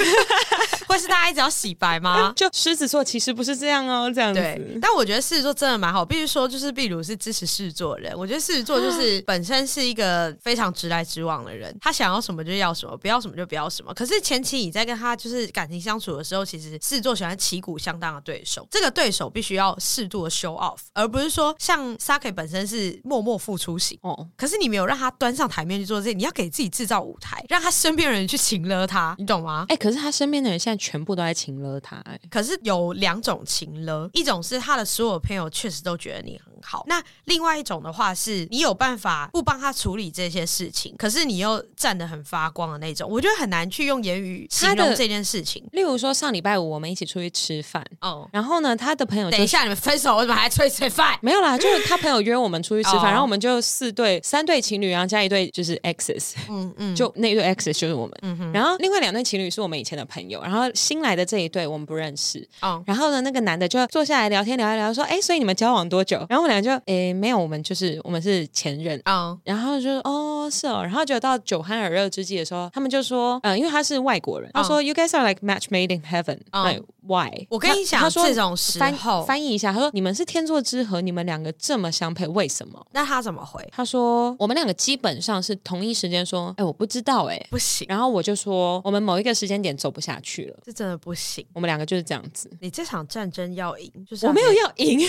[SPEAKER 2] 会是大家一直要洗白吗？
[SPEAKER 1] 就狮子座其实不是这样哦，这样
[SPEAKER 2] 对
[SPEAKER 1] 子，。
[SPEAKER 2] 但我觉得狮子座真的蛮好，必须说，就是秘鲁是支持狮子座的人。我觉得狮子座就是
[SPEAKER 1] 啊
[SPEAKER 2] 本身是一个非常直来直往的人，他想要什么就要什么，不要什么就不要什么。可是前期你在跟他就是感情相处的时候，其实狮子座喜欢旗鼓相当的对手，这个对手必须要适度的 show off，而不是说像 Saki 本身是默默付出型。
[SPEAKER 1] 哦，
[SPEAKER 2] 可是你没有让他端上台面去做这些，你要给自己制造舞台，让他身边的人去请了他，你懂吗？
[SPEAKER 1] 哎、可是他身边的人现在全部都在情勒他、哎，
[SPEAKER 2] 可是有两种情了，一种是他的所有朋友确实都觉得你很好，那另外一种的话是你有办法不帮他处理这些事情，可是你又站得很发光的那种，我觉得很难去用言语形
[SPEAKER 1] 他
[SPEAKER 2] 容
[SPEAKER 1] 的
[SPEAKER 2] 这件事情。
[SPEAKER 1] 例如说上礼拜五我们一起出去吃饭，
[SPEAKER 2] 哦，
[SPEAKER 1] 然后呢，他的朋友
[SPEAKER 2] 等
[SPEAKER 1] 就
[SPEAKER 2] 一。下你们分手，我怎么还催吃饭？
[SPEAKER 1] 没有 啦，就是他朋友约我们出去吃
[SPEAKER 2] 哦
[SPEAKER 1] 饭，然后我们就四对三对情侣，然后加一对就是 X's，
[SPEAKER 2] 嗯嗯，
[SPEAKER 1] 就那一对 X 就是我们，然后另外两对情侣是我们以前的朋友，然后新来的这一对我们不认识，
[SPEAKER 2] 哦
[SPEAKER 1] 然后呢，那个男的就坐下来聊天聊一聊，说，哎，所以你们交往多久？然后我们俩就，哎，没有，我们就是我们是前任。
[SPEAKER 2] 哦
[SPEAKER 1] 然后就哦是哦，然后就到久旱而热之际的时候，他们就说，嗯、因为他是外国人，他说、You guys are like match made in heaven，
[SPEAKER 2] 嗯
[SPEAKER 1] like why？
[SPEAKER 2] 我跟你讲
[SPEAKER 1] 他他说
[SPEAKER 2] 这种时
[SPEAKER 1] 翻
[SPEAKER 2] 候
[SPEAKER 1] 翻译一下，他说你们是天作之合，你们两个这么相配，为什么？
[SPEAKER 2] 那他怎么回？
[SPEAKER 1] 他说我们两个基本上是同一时间说，哎，我不知道哎、
[SPEAKER 2] 不行，
[SPEAKER 1] 然后我就说，我们某一个时间点走不下去了，
[SPEAKER 2] 这真的不行。
[SPEAKER 1] 我们两个就是这样子。
[SPEAKER 2] 你这场战争要赢，就是
[SPEAKER 1] 我没有
[SPEAKER 2] 要
[SPEAKER 1] 要赢，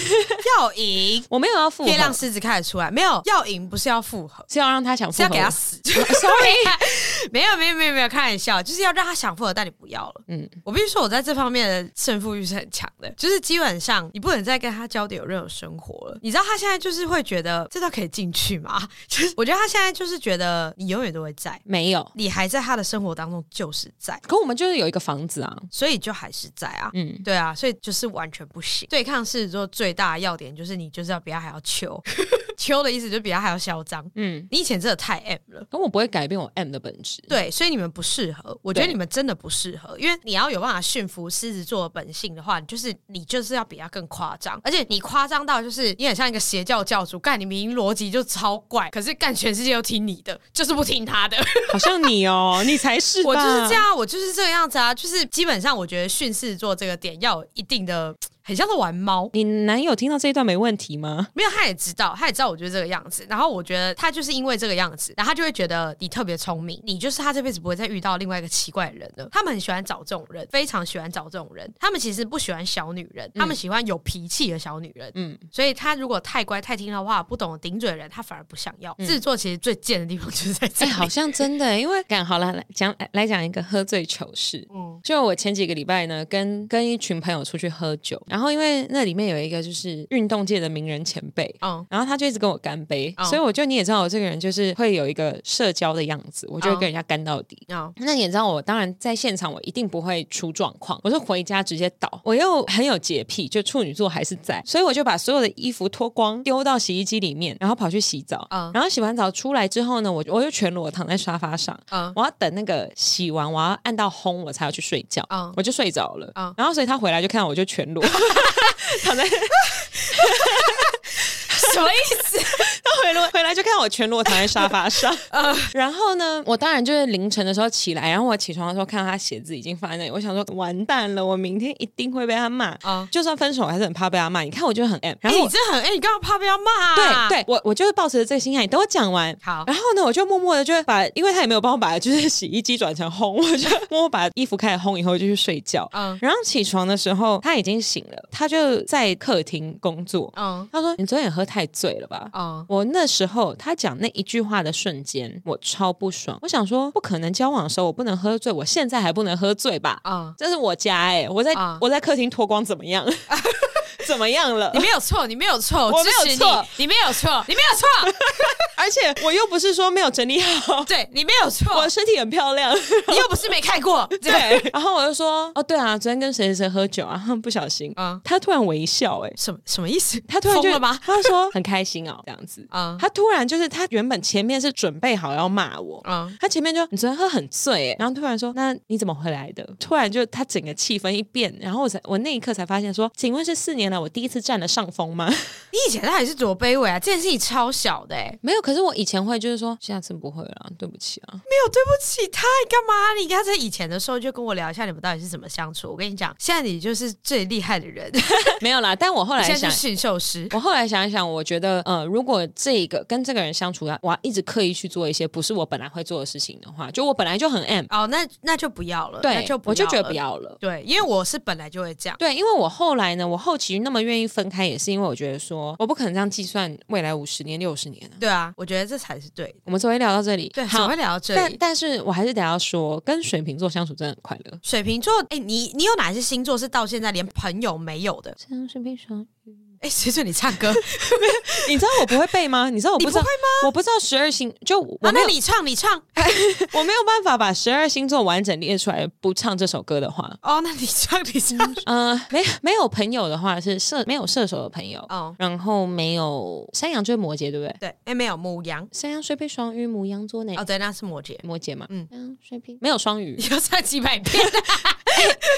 [SPEAKER 2] 要赢。
[SPEAKER 1] 我没有要复合，
[SPEAKER 2] 可以让狮子开始出来，没有要赢，不是要复合，
[SPEAKER 1] 是要让他想复
[SPEAKER 2] 是要要给他死。
[SPEAKER 1] Sorry
[SPEAKER 2] 没有没有没有没有开玩笑，就是要让他享福了，但你不要了。
[SPEAKER 1] 嗯，
[SPEAKER 2] 我必须说，我在这方面的胜负欲是很强的，就是基本上你不能再跟他交流有任何生活了。你知道他现在就是会觉得这道可以进去吗？ 就是我觉得他现在就是觉得你永远都会在，
[SPEAKER 1] 没有。
[SPEAKER 2] 你还在他的生活当中就是在，
[SPEAKER 1] 可我们就是有一个房子啊，
[SPEAKER 2] 所以就还是在啊。
[SPEAKER 1] 嗯，
[SPEAKER 2] 对啊，所以就是完全不行。对啊抗狮子座最大的要点就是你就是要比他还要 秋，秋的意思就是比他还要嚣张。
[SPEAKER 1] 嗯，
[SPEAKER 2] 你以前真的太 M 了。
[SPEAKER 1] 可我不会改变我 M 的本 质。
[SPEAKER 2] 对，所以你们不适合。我觉得
[SPEAKER 1] 对
[SPEAKER 2] 你们真的不适合，因为你要有办法驯服狮子座的本性的话，你就是你就是要比他更夸张，而且你夸张到就是你很像一个邪教教主，干你明明逻辑就超怪，可是干全世界都听你的，就是不听他的。
[SPEAKER 1] 好像你哦，你才是吧
[SPEAKER 2] 我就是这。样啊，我就是这个样子啊，就是基本上我觉得驯狮子座这个点要有一定的，很像在玩猫。
[SPEAKER 1] 你男友听到这一段没问题吗？
[SPEAKER 2] 没有，他也知道，他也知道我就是这个样子。然后我觉得他就是因为这个样子，然后他就会觉得你特别聪明，你就是他这辈子不会再遇到另外一个奇怪的人了。他们很喜欢找这种人，非常喜欢找这种人。他们其实不喜欢小女人，他们喜欢有脾气的小女人。
[SPEAKER 1] 嗯
[SPEAKER 2] 嗯，所以他如果太乖太听话，不懂得顶嘴的人，他反而不想要。制作其实最贱的地方就是在这
[SPEAKER 1] 嗯哎、
[SPEAKER 2] 里。
[SPEAKER 1] 好 像真的，因为讲好了，来讲来来讲一个喝醉糗事。
[SPEAKER 2] 嗯
[SPEAKER 1] 就我前几个礼拜呢，跟跟一群朋友出去喝酒，然后因为那里面有一个就是运动界的名人前辈，
[SPEAKER 2] 嗯
[SPEAKER 1] 然后他就一直跟我干杯，
[SPEAKER 2] 哦
[SPEAKER 1] 所以我就你也知道我这个人就是会有一个社交的样子，我就会跟人家干到底。
[SPEAKER 2] 嗯
[SPEAKER 1] 那你也知道，我当然在现场我一定不会出状况，我是回家直接倒。我又很有洁癖，就处女座还是在，所以我就把所有的衣服脱光丢到洗衣机里面，然后跑去洗澡。
[SPEAKER 2] 嗯
[SPEAKER 1] 然后洗完澡出来之后呢，我我就全裸躺在沙发上，
[SPEAKER 2] 嗯
[SPEAKER 1] 我要等那个洗完，我要按到烘我才要去睡觉，
[SPEAKER 2] 嗯
[SPEAKER 1] 我就睡着了。
[SPEAKER 2] 嗯
[SPEAKER 1] 然后所以他回来就看到我就全裸，躺在
[SPEAKER 2] 什么意思？
[SPEAKER 1] 回来回来就看我全裸躺在沙发 上，
[SPEAKER 2] 啊
[SPEAKER 1] 然后呢，我当然就是凌晨的时候起来，然后我起床的时候看到他鞋子已经放在那里，我想说完蛋了，我明天一定会被他骂。
[SPEAKER 2] 啊
[SPEAKER 1] 就算分手，我还是很怕被他骂。你看，我就很 M，然后
[SPEAKER 2] 哎
[SPEAKER 1] 我、
[SPEAKER 2] 你这很哎，你干嘛怕被他骂、啊？
[SPEAKER 1] 对对，我我就是抱持着这个心态，你等我讲完。
[SPEAKER 2] 好
[SPEAKER 1] 然后呢，我就默默的就把，因为他也没有帮我把就是洗衣机转成烘，我就默默把衣服开始烘以后就去睡觉。
[SPEAKER 2] 嗯
[SPEAKER 1] 然后起床的时候他已经醒了，他就在客厅工作。
[SPEAKER 2] 嗯
[SPEAKER 1] 他说：“你昨天也喝太醉了吧？”
[SPEAKER 2] 嗯
[SPEAKER 1] 我那时候他讲那一句话的瞬间，我超不爽。我想说，不可能交往的时候我不能喝醉，我现在还不能喝醉吧？
[SPEAKER 2] 嗯，
[SPEAKER 1] 这是我家哎、我在、
[SPEAKER 2] 啊
[SPEAKER 1] 我在客厅脱光怎么样？ 怎么样了
[SPEAKER 2] 你？没有错，你没有错，
[SPEAKER 1] 我没有
[SPEAKER 2] 支持你
[SPEAKER 1] 错，
[SPEAKER 2] 你没有错，你没有错，
[SPEAKER 1] 而且我又不是说没有整理 好，
[SPEAKER 2] 对你没有
[SPEAKER 1] 我
[SPEAKER 2] 错，
[SPEAKER 1] 身体很漂亮。
[SPEAKER 2] 你又不是没看 过， 对
[SPEAKER 1] 对，然后我就说，哦，对啊，昨天跟谁谁喝酒啊， 哼不小心。
[SPEAKER 2] 啊，
[SPEAKER 1] 他突然微笑、哎，
[SPEAKER 2] 什么什么意思？
[SPEAKER 1] 他突然就
[SPEAKER 2] 疯了吗？
[SPEAKER 1] 他就说 很开心哦，这样子。
[SPEAKER 2] 啊
[SPEAKER 1] 他突然就是他原本前面是准备好要骂我，
[SPEAKER 2] 啊
[SPEAKER 1] 他前面就你昨天喝很醉耶，然后突然说那你怎么回来的？突然就他整个气氛一变，然后我才我那一刻才发现说，请问是四年来我第一次占了上风吗？
[SPEAKER 2] 你以前到底是多卑微啊？这件事情超小的，哎，
[SPEAKER 1] 没有，可是我以前会就是说下次不会了，对不起啊。
[SPEAKER 2] 没有对不起他，你干嘛？你刚才以前的时候就跟我聊一下你们到底是怎么相处。我跟你讲，现在你就是最厉害的 人，你
[SPEAKER 1] 没有啦，但我后来
[SPEAKER 2] 现在
[SPEAKER 1] 想
[SPEAKER 2] 是。驯兽师。
[SPEAKER 1] 我后来想一想，我觉得，呃，如果这个跟这个人相处啊，我要一直刻意去做一些不是我本来会做的事情的话，就我本来就很 M，
[SPEAKER 2] 哦，那那就不要了，那
[SPEAKER 1] 对，
[SPEAKER 2] 就不
[SPEAKER 1] 我就
[SPEAKER 2] 要
[SPEAKER 1] 觉得
[SPEAKER 2] 了
[SPEAKER 1] 不要了。
[SPEAKER 2] 对，因为我是本来就会这样，
[SPEAKER 1] 对，因为我后来呢，我后期那么愿意分开，也是因为我觉得说，我不可能这样计算未来五十年、六十年啊。
[SPEAKER 2] 对啊，我觉得这才是对的。
[SPEAKER 1] 我们昨天聊到这里，
[SPEAKER 2] 对，怎么
[SPEAKER 1] 好
[SPEAKER 2] 会，聊到这里
[SPEAKER 1] 但？但是我还是得要说，跟水瓶座相处真的很快乐。
[SPEAKER 2] 水瓶座，哎、你你有哪些星座是到现在连朋友没有的？
[SPEAKER 1] 像啊水瓶座，
[SPEAKER 2] 哎、谁准你唱 歌？啊，
[SPEAKER 1] 你知道我不会背吗？你知道我
[SPEAKER 2] 你
[SPEAKER 1] 不知道
[SPEAKER 2] 不会啊
[SPEAKER 1] 吗？我不知道十二星，就我没
[SPEAKER 2] 那
[SPEAKER 1] 有、
[SPEAKER 2] 你唱，你唱。
[SPEAKER 1] 我没有办法把十二星座完整列出来，不唱这首歌的话。
[SPEAKER 2] 哦，那你唱，你唱。
[SPEAKER 1] 嗯、没没有朋友的话是射没有射手的朋友，
[SPEAKER 2] 哦，
[SPEAKER 1] 然后没有山羊就是摩羯，对不对？
[SPEAKER 2] 对，哎、没有母羊。
[SPEAKER 1] 山羊水瓶双鱼母羊座呢？
[SPEAKER 2] 哦，对，那是摩羯。
[SPEAKER 1] 摩羯嘛，
[SPEAKER 2] 嗯
[SPEAKER 1] 嗯，水瓶没有双鱼
[SPEAKER 2] 你，要唱几百遍？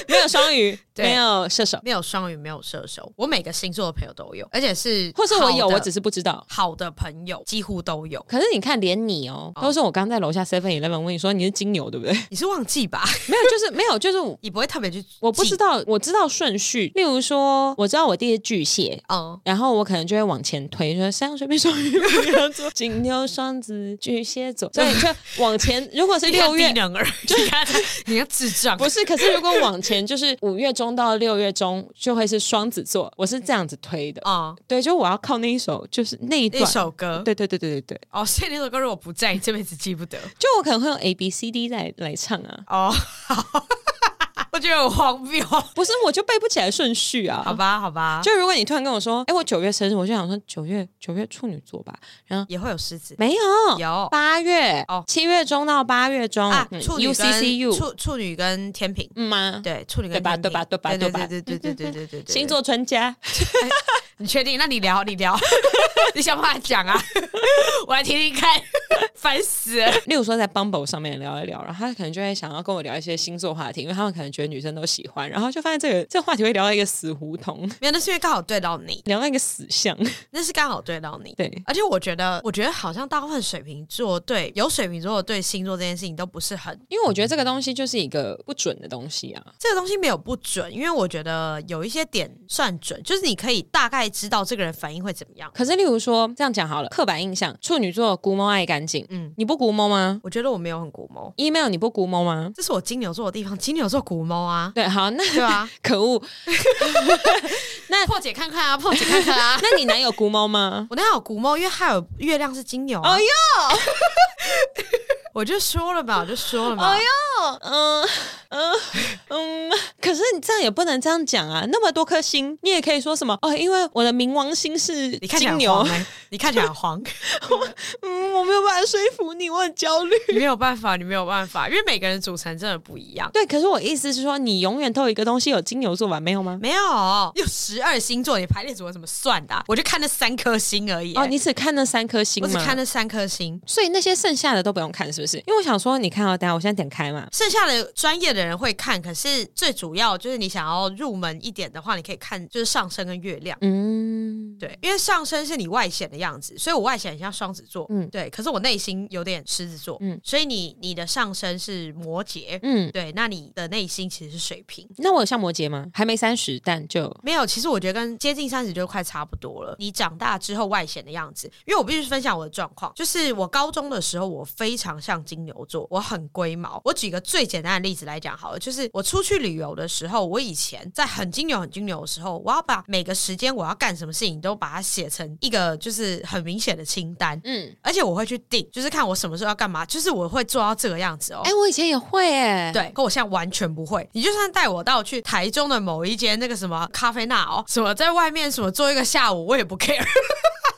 [SPEAKER 1] 没有双鱼，
[SPEAKER 2] 对
[SPEAKER 1] 没有射手，
[SPEAKER 2] 没有双鱼，没有射手，我每个星座的朋友都有，而且是
[SPEAKER 1] 或是我有，
[SPEAKER 2] 好的
[SPEAKER 1] 我只是不知道。
[SPEAKER 2] 好的朋友几乎都有。
[SPEAKER 1] 可是你看，连你哦，都是我刚在楼下 Seven Eleven 问你说你是金牛对 不对？
[SPEAKER 2] 你是忘记吧？
[SPEAKER 1] 没有，就是没有，就是我
[SPEAKER 2] 你不会特别去，
[SPEAKER 1] 我不知。道，我知道顺序。例如说，我知道我弟是巨蟹。
[SPEAKER 2] 哦、
[SPEAKER 1] 然后我可能就会往前推，说山羊水瓶双鱼母羊 座、金牛、双子、巨 蟹座，所以就往前。如果是
[SPEAKER 2] 你看
[SPEAKER 1] 六月
[SPEAKER 2] 低，能儿，就你看他，你看智障。
[SPEAKER 1] 不是，可是如果后往前就是五月中到六月中就会是双子座，我是这样子推的。
[SPEAKER 2] 哦，
[SPEAKER 1] 对，就我要靠那一首，就是那一段
[SPEAKER 2] 一。首歌，
[SPEAKER 1] 对对对对对对，
[SPEAKER 2] 哦，谢那首歌如果不在，你这辈子记不得。
[SPEAKER 1] 就我可能会用 A B C D 来来唱啊，
[SPEAKER 2] 哦， 好我觉得很荒谬。
[SPEAKER 1] 不是我就背不起来顺序啊。
[SPEAKER 2] 好吧，好吧，
[SPEAKER 1] 就如果你突然跟我说，哎、我九月生日，我就想说九月九月处女座吧，然后
[SPEAKER 2] 也会有狮子，
[SPEAKER 1] 没有
[SPEAKER 2] 有
[SPEAKER 1] 八月
[SPEAKER 2] 哦
[SPEAKER 1] 七月中到八月中
[SPEAKER 2] 啊，
[SPEAKER 1] 嗯
[SPEAKER 2] 处女
[SPEAKER 1] U C
[SPEAKER 2] 跟
[SPEAKER 1] C U
[SPEAKER 2] 处处女跟天平，
[SPEAKER 1] 嗯吗？
[SPEAKER 2] 对，处女跟
[SPEAKER 1] 对吧
[SPEAKER 2] 天平
[SPEAKER 1] 对吧对吧
[SPEAKER 2] 对
[SPEAKER 1] 对吧
[SPEAKER 2] 对对对对对对对对，
[SPEAKER 1] 星座专家，
[SPEAKER 2] 你确定？那你聊，你聊， 你想办法讲啊， 我来听听看， 烦死了。
[SPEAKER 1] 例如说在 Bumble 上面聊一聊，然后他可能就会想要跟我聊一些星座话题，因为他们可能觉得女生都喜欢，然后就发现这个这个话题会聊到一个死胡同，
[SPEAKER 2] 没有，那是因为刚好对到你，
[SPEAKER 1] 聊到一个死相。
[SPEAKER 2] 那是刚好对到你。
[SPEAKER 1] 对，
[SPEAKER 2] 而且我觉得，我觉得好像大部分水瓶座对有水瓶座的对星座这件事情都不是很
[SPEAKER 1] 因为我觉得这个东西就是一个不准的东西啊。
[SPEAKER 2] 这个东西没有不准，因为我觉得有一些点算准，就是你可以大概知道这个人反应会怎么样。
[SPEAKER 1] 可是例如说这样讲好了，刻板印象，处女座古猫爱干净，
[SPEAKER 2] 嗯，
[SPEAKER 1] 你不古猫吗
[SPEAKER 2] 我觉得我没有很古猫，
[SPEAKER 1] ？email 你不古猫吗？
[SPEAKER 2] 这是我金牛座的地方，金牛座古猫啊，
[SPEAKER 1] 对，好，那
[SPEAKER 2] 对吧、
[SPEAKER 1] 可恶，
[SPEAKER 2] 破解看看啊，破解看看啊。
[SPEAKER 1] 那你男友古猫吗？
[SPEAKER 2] 我那有古猫，因为他有月亮是金牛、啊。
[SPEAKER 1] 哎
[SPEAKER 2] 呦， 我就说了吧，我就说了嘛。
[SPEAKER 1] 哎哦，嗯 嗯嗯，可是你这样也不能这样讲啊！那么多颗星，你也可以说什么哦？因为我的冥王星是
[SPEAKER 2] 你看起来
[SPEAKER 1] 金
[SPEAKER 2] 很
[SPEAKER 1] 牛
[SPEAKER 2] 黄、，欸，你看起来很黄，
[SPEAKER 1] 嗯，我没有办法说服你，我很焦 虑。
[SPEAKER 2] 你没有办法，你没有办法，因为每个人组成真的不一样。
[SPEAKER 1] 对，可是我意思是说，你永远都有一个东西有金牛座吧？没有吗？
[SPEAKER 2] 没有，有十二星座，你排列组合怎么算的啊、我就看那三颗星而已、欸
[SPEAKER 1] 哦，你只看那三颗星
[SPEAKER 2] 我
[SPEAKER 1] 吗？
[SPEAKER 2] 只看那三颗星，
[SPEAKER 1] 所以那些剩下的都不用看，是不是？因为我想说，你看哦，等一下我现在点开嘛。
[SPEAKER 2] 剩下的专业的人会看，可是最主要就是你想要入门一点的话，你可以看就是上升跟月亮。
[SPEAKER 1] 嗯，
[SPEAKER 2] 对，因为上升是你外显的样子，所以我外显很像双子座，
[SPEAKER 1] 嗯
[SPEAKER 2] 嗯，对。可是我内心有点狮子座，
[SPEAKER 1] 嗯
[SPEAKER 2] 嗯，所以你你的上升是摩羯，
[SPEAKER 1] 嗯，
[SPEAKER 2] 对，那你的内心其实是水瓶。
[SPEAKER 1] 那我有像摩羯吗？还没三十，但就
[SPEAKER 2] 没有，其实我觉得跟接近三十就快差不多了。你长大之后外显的样子，因为我必须分享我的状况，就是我高中的时候，我非常像金牛座，我很龟毛。我举个最简单的例子来讲好了，就是我出去旅游的时候，我以前在很金牛、很金牛的时候，我要把每个时间我要干什么事情都把它写成一个就是很明显的清单，
[SPEAKER 1] 嗯，
[SPEAKER 2] 而且我会去定，就是看我什么时候要干嘛，就是我会做到这个样子哦。
[SPEAKER 1] 哎、我以前也会哎、
[SPEAKER 2] 对，可我现在完全不会。你就算带我到去台中的某一间那个什么咖啡那哦，什么在外面什么坐一个下午，我也不 care。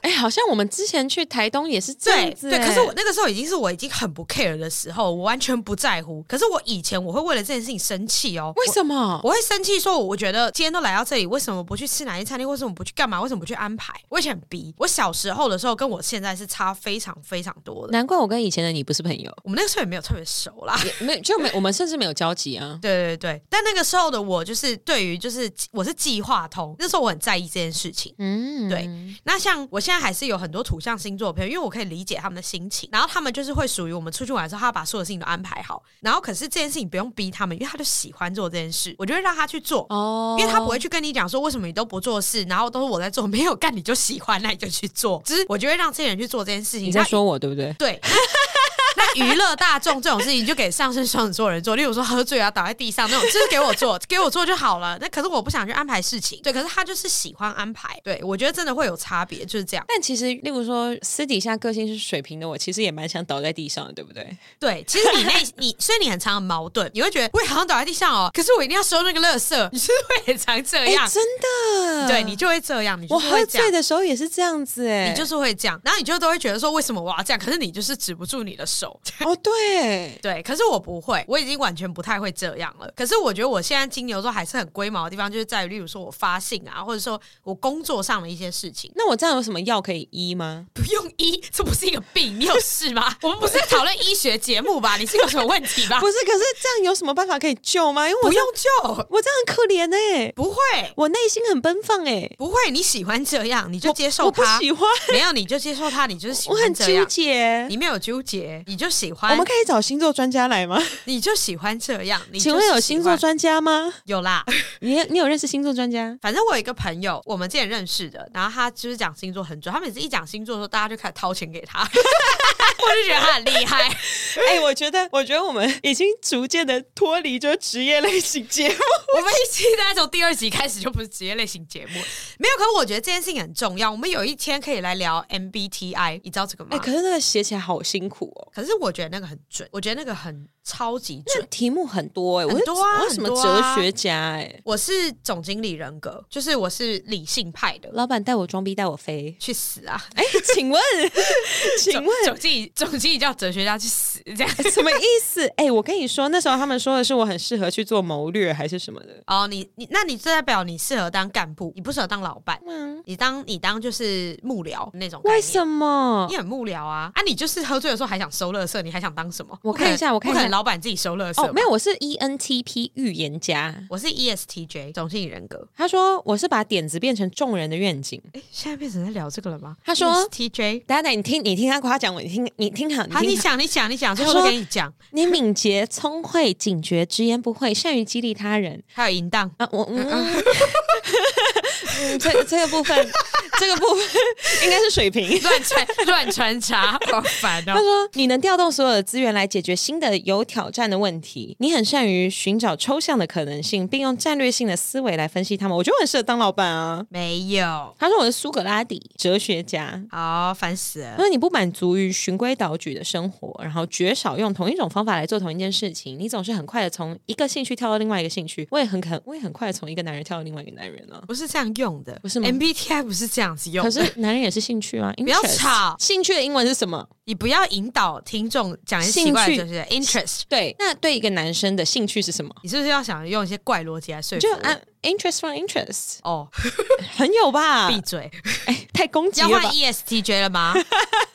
[SPEAKER 1] 哎、好像我们之前去台东也是这
[SPEAKER 2] 对
[SPEAKER 1] 样子、
[SPEAKER 2] 对，
[SPEAKER 1] 哎
[SPEAKER 2] 可是我那个时候已经是我已经很不 care 的时候，我完全不在乎。可是我以前我会为了这件事情生气哦，
[SPEAKER 1] 为什么？
[SPEAKER 2] 我会生气说，我觉得今天都来到这里，为什么不去吃哪一餐厅？为什么不去干嘛？为什么不去安排？我以前很逼，我小时候的时候跟我现在是差非常非常多的。
[SPEAKER 1] 难怪我跟以前的你不是朋友，
[SPEAKER 2] 我们那个时候也没有特别熟啦，
[SPEAKER 1] 也没有就没我们甚至没有交集啊。
[SPEAKER 2] 对对对，但那个时候的我就是对于就是我是计划通，那时候我很在意这件事情。
[SPEAKER 1] 嗯，
[SPEAKER 2] 对，那像我现在还是有很多土象星座的朋友，因为我可以理解他们的心情，然后他们就是会属于我们出去玩的时候，他把所有事情都安排好，然后可是这件事情不用逼他们，因为他就喜欢做这件事，我就会让他去做。
[SPEAKER 1] 哦，
[SPEAKER 2] 因为他不会去跟你讲说为什么你都不做事，然后都是我在做，没有干你就喜欢，那你就去做。只是我就会让这些人去做这件事情。
[SPEAKER 1] 你在
[SPEAKER 2] 那
[SPEAKER 1] 说我对不对？
[SPEAKER 2] 对。 那娱乐大众这种事情就给上升双子座的人做，例如说喝醉啊倒在地上那种，就是给我做， 给我做就好了。那可是我不想去安排事情，对，可是他就是喜欢安排，对我觉得真的会有差别，就是这样。
[SPEAKER 1] 但其实，例如说私底下个性是水平的我，其实也蛮想倒在地上的，对不对？
[SPEAKER 2] 对，其实你 内你，所以你很常很矛盾，你会觉得我也好像倒在地上哦，可是我一定要收那个垃圾，你是会很常这样，
[SPEAKER 1] 哎真的，
[SPEAKER 2] 对你就会这样，你就
[SPEAKER 1] 我
[SPEAKER 2] 是会
[SPEAKER 1] 喝
[SPEAKER 2] 这样
[SPEAKER 1] 醉。的时候也是这样子、哎，
[SPEAKER 2] 你就是会这样，然后你就都会觉得说，为什么我要这样？可是你就是止不住你的手，
[SPEAKER 1] 哦，对，
[SPEAKER 2] 对，可是我不会，我已经完全不太会这样了。可是我觉得我现在金牛座还是很龟毛的地方，就是在于，例如说我发信啊，或者说我工作上的一些事情，
[SPEAKER 1] 那我这样有什么药可以医吗？
[SPEAKER 2] 不用医，这不是一个病，你有事吗？ 我们不是在讨论医学节目吧？你是有什么问题 吧？
[SPEAKER 1] 不是，可是这样有什么办法可以救吗？因为我
[SPEAKER 2] 啊不
[SPEAKER 1] 这
[SPEAKER 2] 用
[SPEAKER 1] 样
[SPEAKER 2] 救，
[SPEAKER 1] 我这样很可怜哎、
[SPEAKER 2] 不会，
[SPEAKER 1] 我内心很奔放哎、
[SPEAKER 2] 不会，你喜欢这样，你就接
[SPEAKER 1] 我
[SPEAKER 2] 受
[SPEAKER 1] 不
[SPEAKER 2] 它。
[SPEAKER 1] 喜欢，
[SPEAKER 2] 没有，你就接受它，你就是喜
[SPEAKER 1] 我很
[SPEAKER 2] 欢这
[SPEAKER 1] 纠
[SPEAKER 2] 样。
[SPEAKER 1] 结。
[SPEAKER 2] 你没有纠结，你就喜
[SPEAKER 1] 我
[SPEAKER 2] 欢
[SPEAKER 1] 们，可以找星座专家来吗？
[SPEAKER 2] 你就喜欢这样。你
[SPEAKER 1] 请
[SPEAKER 2] 就
[SPEAKER 1] 问
[SPEAKER 2] 是
[SPEAKER 1] 有
[SPEAKER 2] 喜
[SPEAKER 1] 星座
[SPEAKER 2] 欢
[SPEAKER 1] 专家吗？
[SPEAKER 2] 有啦，
[SPEAKER 1] 你你有认识星座专家？
[SPEAKER 2] 反正我有一个朋友，我们之前认识的，然后他就是讲星座很准，他每次一讲星座的时候，大家就开始掏钱给他。我就觉得他很厉害。
[SPEAKER 1] 哎、我觉得，我觉得我们已经逐渐的脱离就是职业类型节目。
[SPEAKER 2] 我们一期大家从第二集开始就不是职业类型节目，没有。可是我觉得这件事情很重要，我们有一天可以来聊 MBTI，你知道这个吗？
[SPEAKER 1] 哎、可是那个写起来好辛苦哦。
[SPEAKER 2] 可是我觉得那个很准，我觉得那个很超级
[SPEAKER 1] 那
[SPEAKER 2] 准。
[SPEAKER 1] 题目很多哎、我
[SPEAKER 2] 很
[SPEAKER 1] 是
[SPEAKER 2] 多啊
[SPEAKER 1] 我是什么
[SPEAKER 2] 很多
[SPEAKER 1] 哲
[SPEAKER 2] 啊
[SPEAKER 1] 学家哎、
[SPEAKER 2] 我是总经理人格，就是我是理性派的。
[SPEAKER 1] 老板带我装逼带我飞。
[SPEAKER 2] 去死啊！
[SPEAKER 1] 哎、请 问，请问
[SPEAKER 2] 总经理，总经理叫哲学家去死，这样。
[SPEAKER 1] 什么意思？哎、我跟你说，那时候他们说的是我很适合去做谋略还是什么的。
[SPEAKER 2] 哦，你你，那你这代表你适合当干部，你不适合当老板，
[SPEAKER 1] 嗯，
[SPEAKER 2] 你当你当就是幕僚那种。
[SPEAKER 1] 哎为什
[SPEAKER 2] 么？
[SPEAKER 1] 么
[SPEAKER 2] 你？很幕僚啊！啊，你就是喝醉的时候还想收乐色，你还想当什么？
[SPEAKER 1] 我看一下
[SPEAKER 2] 不
[SPEAKER 1] 我看一
[SPEAKER 2] 可能不可
[SPEAKER 1] 下
[SPEAKER 2] 能老板自己收乐色、
[SPEAKER 1] 哦，没有，，我是 ENTP 预言家。
[SPEAKER 2] 我是 E ESTJ 总经理人格。
[SPEAKER 1] 他说我是把点子变成众人的愿景。
[SPEAKER 2] 哎，现在变成在聊这个了吗？
[SPEAKER 1] 他说
[SPEAKER 2] TJ，
[SPEAKER 1] 等一下等一下，你听你听他夸奖我，你听你听好，你
[SPEAKER 2] 好，你
[SPEAKER 1] 听好。
[SPEAKER 2] 想，你想，你想，
[SPEAKER 1] 他
[SPEAKER 2] 最后都
[SPEAKER 1] 说
[SPEAKER 2] 给你讲。
[SPEAKER 1] 你敏捷、聪慧、警觉、直言不讳，善于激励他人。
[SPEAKER 2] 还有淫荡，
[SPEAKER 1] 啊，我嗯， 嗯这这个部分，这个部分应该是水平。
[SPEAKER 2] 乱穿乱穿插，好烦
[SPEAKER 1] 他
[SPEAKER 2] 哦！
[SPEAKER 1] 说：“你能调动所有的资源来解决新的有挑战的问题，你很善于寻找抽象的可能性，并用战略性的思维来分析他们。我觉得我很适合当老板啊。”
[SPEAKER 2] 没有，
[SPEAKER 1] 他说：“我是苏格拉底哲学家。”
[SPEAKER 2] 好烦死了
[SPEAKER 1] 他。说：“你不满足于循规蹈矩的生活，然后绝少用同一种方法来做同一件事情。你总是很快的从一个兴趣跳到另外一个兴趣。我也很肯，我也很快的从一个男人跳到另外一个男人啊。
[SPEAKER 2] 不是这样用的，不
[SPEAKER 1] 是吗
[SPEAKER 2] MBTI 不是这样子用
[SPEAKER 1] 可
[SPEAKER 2] 的，
[SPEAKER 1] 是男人也是兴趣啊，不
[SPEAKER 2] 要吵
[SPEAKER 1] 兴趣的英文是什么？
[SPEAKER 2] 你不要引导听众讲一些奇怪的
[SPEAKER 1] 兴趣
[SPEAKER 2] 就是 interest，
[SPEAKER 1] 对，那对一个男生的兴趣是什么？
[SPEAKER 2] 你是不是要想用一些怪逻辑来说服
[SPEAKER 1] 就啊
[SPEAKER 2] 我？
[SPEAKER 1] 按 interest from interest，
[SPEAKER 2] 哦，
[SPEAKER 1] 很有吧？
[SPEAKER 2] 闭嘴！
[SPEAKER 1] 哎，太攻击
[SPEAKER 2] 要
[SPEAKER 1] 了
[SPEAKER 2] 换 E
[SPEAKER 1] 吧？
[SPEAKER 2] ESTJ 了吗？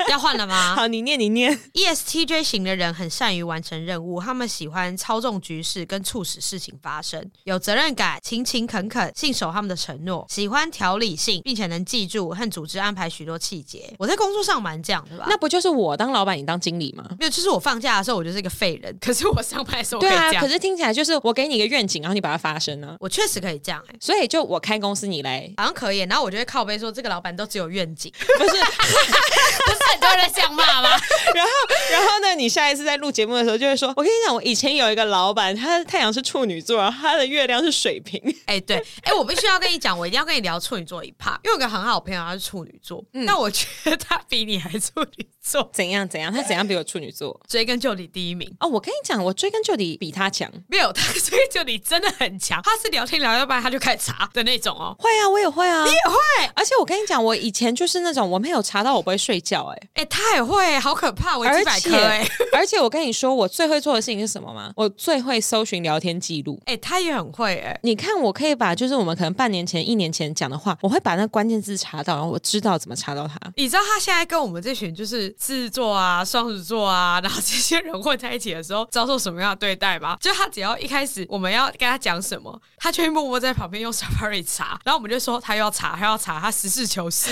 [SPEAKER 2] 要换了吗 E
[SPEAKER 1] 好，你念，你念。
[SPEAKER 2] ？ESTJ 型的人很善于完成任务，他们喜欢操纵局势跟促使事情发生，有责任感，勤勤恳恳，信守他们的承诺，喜欢条理性，并且能记住和组织安排许多细节。我在工作上蛮这样的吧？
[SPEAKER 1] 那不就是我当老板，你当经理吗？
[SPEAKER 2] 没有，就是我放假的时候，我就是一个废人。可是我上班的时候，我
[SPEAKER 1] 对
[SPEAKER 2] 可以
[SPEAKER 1] 啊
[SPEAKER 2] 这，样
[SPEAKER 1] 可。是听起来就是我给你一个愿景，然后你把它发生啊。
[SPEAKER 2] 我确实可以这样、欸，
[SPEAKER 1] 所以就我开公司，你来，
[SPEAKER 2] 好像可以。然后我就会靠背说，这个老板都只有愿 景，
[SPEAKER 1] 不是？
[SPEAKER 2] 不是很多人在这样骂吗？
[SPEAKER 1] 然后，然后呢？你下一次在录节目的时候就会说：“我跟你讲，我以前有一个老板，他的太阳是处女座，然后他的月亮是水瓶。
[SPEAKER 2] 哎、对，哎、我必须要跟你讲，我一定要跟你聊处女座一趴，因为我有个很好的朋友，他是处女座，但我觉得他比你还处女座”，
[SPEAKER 1] 怎样怎样？他怎样比我处女座？
[SPEAKER 2] 追根究底第一名。
[SPEAKER 1] 哦，我跟你讲，我追根究底比他强。
[SPEAKER 2] 没有他，追根究底真的很强。他是聊天聊到一半他就开始查的那种哦。
[SPEAKER 1] 会啊，我也会啊，你也
[SPEAKER 2] 会。
[SPEAKER 1] 而且我跟你讲，我以前就是那种我没有查到我不会睡觉、欸，
[SPEAKER 2] 哎、他也会，好可怕，维
[SPEAKER 1] 而
[SPEAKER 2] 基百科
[SPEAKER 1] 且
[SPEAKER 2] 哎、
[SPEAKER 1] 而且我跟你说，我最会做的事情是什么吗？我最会搜寻聊天记录。
[SPEAKER 2] 哎、他也很会哎、
[SPEAKER 1] 你看，我可以把就是我们可能半年前、一年前讲的话，我会把那关键字查到，然后我知道怎么查到它。
[SPEAKER 2] 你知道他现在跟我们这群就是狮子座啊、双子座啊，然后这些人混在一起的时候，遭受什么样的对待吗？ 就他只要一开始我们要跟他讲什么，他就会默默在旁边用 Safari 查，然后我们就说他又要查，他要查，他实事求是。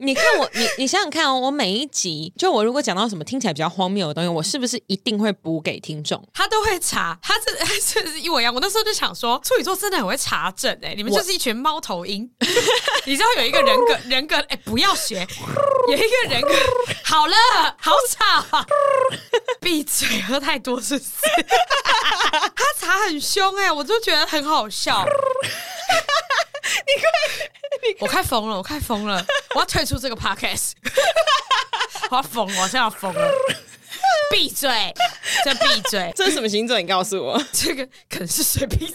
[SPEAKER 1] 你看我，你你想想看哦，我每一集就我如果讲到什么听起来比较荒谬的东西，我是不是一定会补给听 众？
[SPEAKER 2] 他都会查，他这 这是一模一样。我那时候就想说，处女座真的很会查证哎、你们
[SPEAKER 1] 我
[SPEAKER 2] 就是一群猫头鹰。 你知道有一个人格人格哎、不要学，有一个人格好了，好吵啊，闭嘴，喝太多是不是？他查很凶哎、我就觉得很好笑。你快，我快疯了，我快疯了，我要退出这个 podcast，我要疯了，我现在要疯了。闭嘴！再闭嘴！
[SPEAKER 1] 这是什么星座？你告诉我。
[SPEAKER 2] 这个可能是水瓶 座。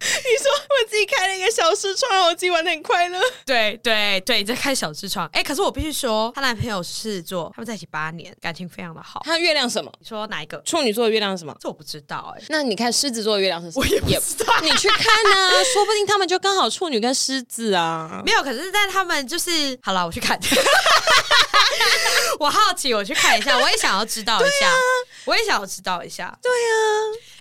[SPEAKER 1] 你说我自己开了一个小视窗，让我自己玩的很快乐。
[SPEAKER 2] 对对对，你在开小痔疮。哎、可是我必须说，她男朋友是狮子座，他们在一起八年，感情非常的好。
[SPEAKER 1] 他月亮什么？
[SPEAKER 2] 你说哪一个？
[SPEAKER 1] 处女座的月亮是什么？
[SPEAKER 2] 这我不知道哎、
[SPEAKER 1] 那你看狮子座的月亮是什么？
[SPEAKER 2] 我也不知道。
[SPEAKER 1] 你去看 啊，说不定他们就刚好处女跟狮子啊。
[SPEAKER 2] 没有，可是但他们就是好了，我去看。 我好奇，我去看一下，我也想要知道一下，我也想要知道一下。
[SPEAKER 1] 啊对啊，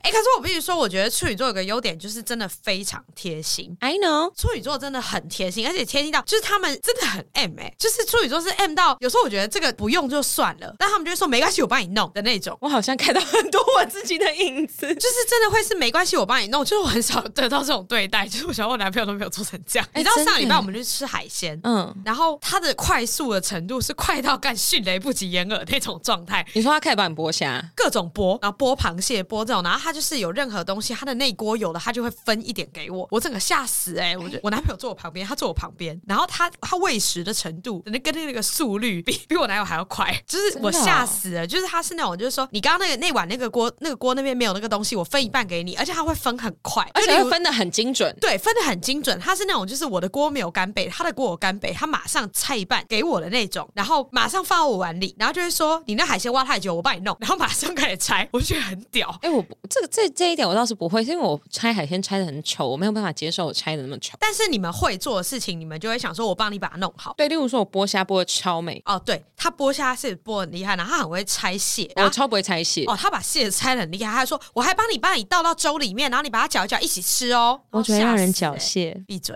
[SPEAKER 2] 哎、哎、可是我必须说，我觉得处女座有个优点就是真的非常贴心。
[SPEAKER 1] I know，
[SPEAKER 2] 处女座真的很贴心，而且贴心到就是他们真的很 M 哎、就是处女座是 M 到有时候我觉得这个不用就算了，但他们就会说没关系，我帮你弄的那种。
[SPEAKER 1] 我好像看到很多我自己的影子。
[SPEAKER 2] 就是真的会是没关系，我帮你弄。就是我很少得到这种对待， 就是我想我男朋友都没有做成这样。
[SPEAKER 1] 哎
[SPEAKER 2] 你知道
[SPEAKER 1] 真的
[SPEAKER 2] 上礼拜我们去吃海鲜，
[SPEAKER 1] 嗯，
[SPEAKER 2] 然后他的快速的程度是快到干迅雷不及掩耳那种状态，
[SPEAKER 1] 你说他开始把你剥虾，
[SPEAKER 2] 各种剥，然后剥螃蟹、剥这种，然后他就是有任何东西，他的那锅有了，他就会分一点给我，我整个吓死哎、我觉得我男朋友坐我旁边，他坐我旁边，然后他他喂食的程度，那跟那个速率比比我男友还要 快，就是
[SPEAKER 1] 真的
[SPEAKER 2] 我
[SPEAKER 1] 哦
[SPEAKER 2] 吓死了，就是他是那种就是说你刚刚那个那碗那个锅那个锅那边没有那个东西，我分一半给你，而且他会分很快，
[SPEAKER 1] 而
[SPEAKER 2] 就
[SPEAKER 1] 且
[SPEAKER 2] 例如
[SPEAKER 1] 会分的很精准。
[SPEAKER 2] 对，分的很精准。他是那种就是我的锅没有干贝，他的锅有干贝，他马上拆一半给我的那种，然后马上放到我碗里，然后就会说你那海鲜挖太久，我帮你弄，然后马上开始拆，我就觉得很 屌。
[SPEAKER 1] 哎、我不这个这这一点我倒是不会，是因为我拆海鲜拆的很丑，我没有办法接受我拆的那么丑。
[SPEAKER 2] 但是你们会做的事情，你们就会想说我帮你把它弄好。
[SPEAKER 1] 对，例如说我剥虾剥的超美，
[SPEAKER 2] 哦，对，他剥虾是剥很厉害，然后他很会拆蟹，然
[SPEAKER 1] 我
[SPEAKER 2] 后。
[SPEAKER 1] 超不会拆蟹。
[SPEAKER 2] 哦，他把蟹拆的很厉害，他说我还帮你帮你倒到粥里面，然后你把它搅一搅一起吃哦。
[SPEAKER 1] 我觉得让人
[SPEAKER 2] 吓
[SPEAKER 1] 缴
[SPEAKER 2] 死欸
[SPEAKER 1] 械，
[SPEAKER 2] 闭嘴，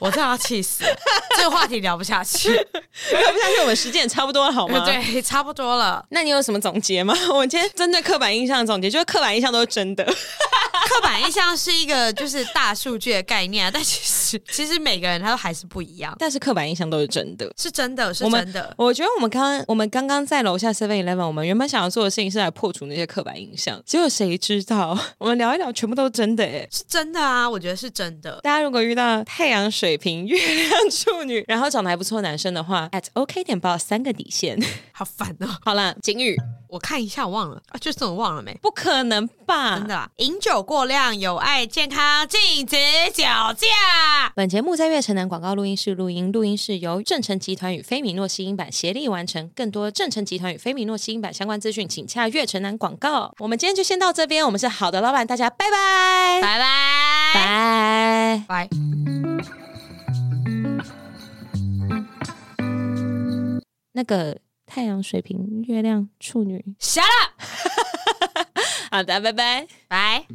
[SPEAKER 2] 我真的要气死了，这个话题聊不下 去。
[SPEAKER 1] 聊不下 去，我们时间也差不多了，好 吗？。
[SPEAKER 2] 对，差不多了。
[SPEAKER 1] 那你有什么总结吗？ 我们今天针对刻板印象的总结，就是刻板印象都是真的。
[SPEAKER 2] 刻板印象是一个就是大数据的概念啊， 但其实其实每个人他都还是不一样，
[SPEAKER 1] 但是刻板印象都是真的。
[SPEAKER 2] 是真的，是
[SPEAKER 1] 我们
[SPEAKER 2] 真的。
[SPEAKER 1] 我觉得我们刚刚我们刚刚在楼下 Seven Eleven，我们原本想要做的事情是来破除那些刻板印象，结果谁知道 我们聊一聊，全部都是真的哎。
[SPEAKER 2] 是真的啊，我觉得是真的。
[SPEAKER 1] 大家如果遇到太阳、水瓶、月亮、处女，然后长得还不错的男生的话，at OK 点报三个底线。
[SPEAKER 2] 好烦哦！
[SPEAKER 1] 好啦，警语，
[SPEAKER 2] 我看一下，我忘了啊，就这种忘了没？
[SPEAKER 1] 不可能吧？
[SPEAKER 2] 真的啦，饮酒过量有碍健康，禁止酒驾。
[SPEAKER 1] 本节目在月城南广告录音室录音，录音室由正成集团与菲米诺吸音版协力完成。更多正成集团与菲米诺吸音版相关资讯，请洽月城南广告。我们今天就先到这边，我们是好的老板，大家拜拜，
[SPEAKER 2] 拜拜
[SPEAKER 1] 拜。
[SPEAKER 2] 拜。
[SPEAKER 1] 那个太阳、水瓶、月亮、处女，
[SPEAKER 2] 下了，
[SPEAKER 1] 好的，拜拜。
[SPEAKER 2] 拜。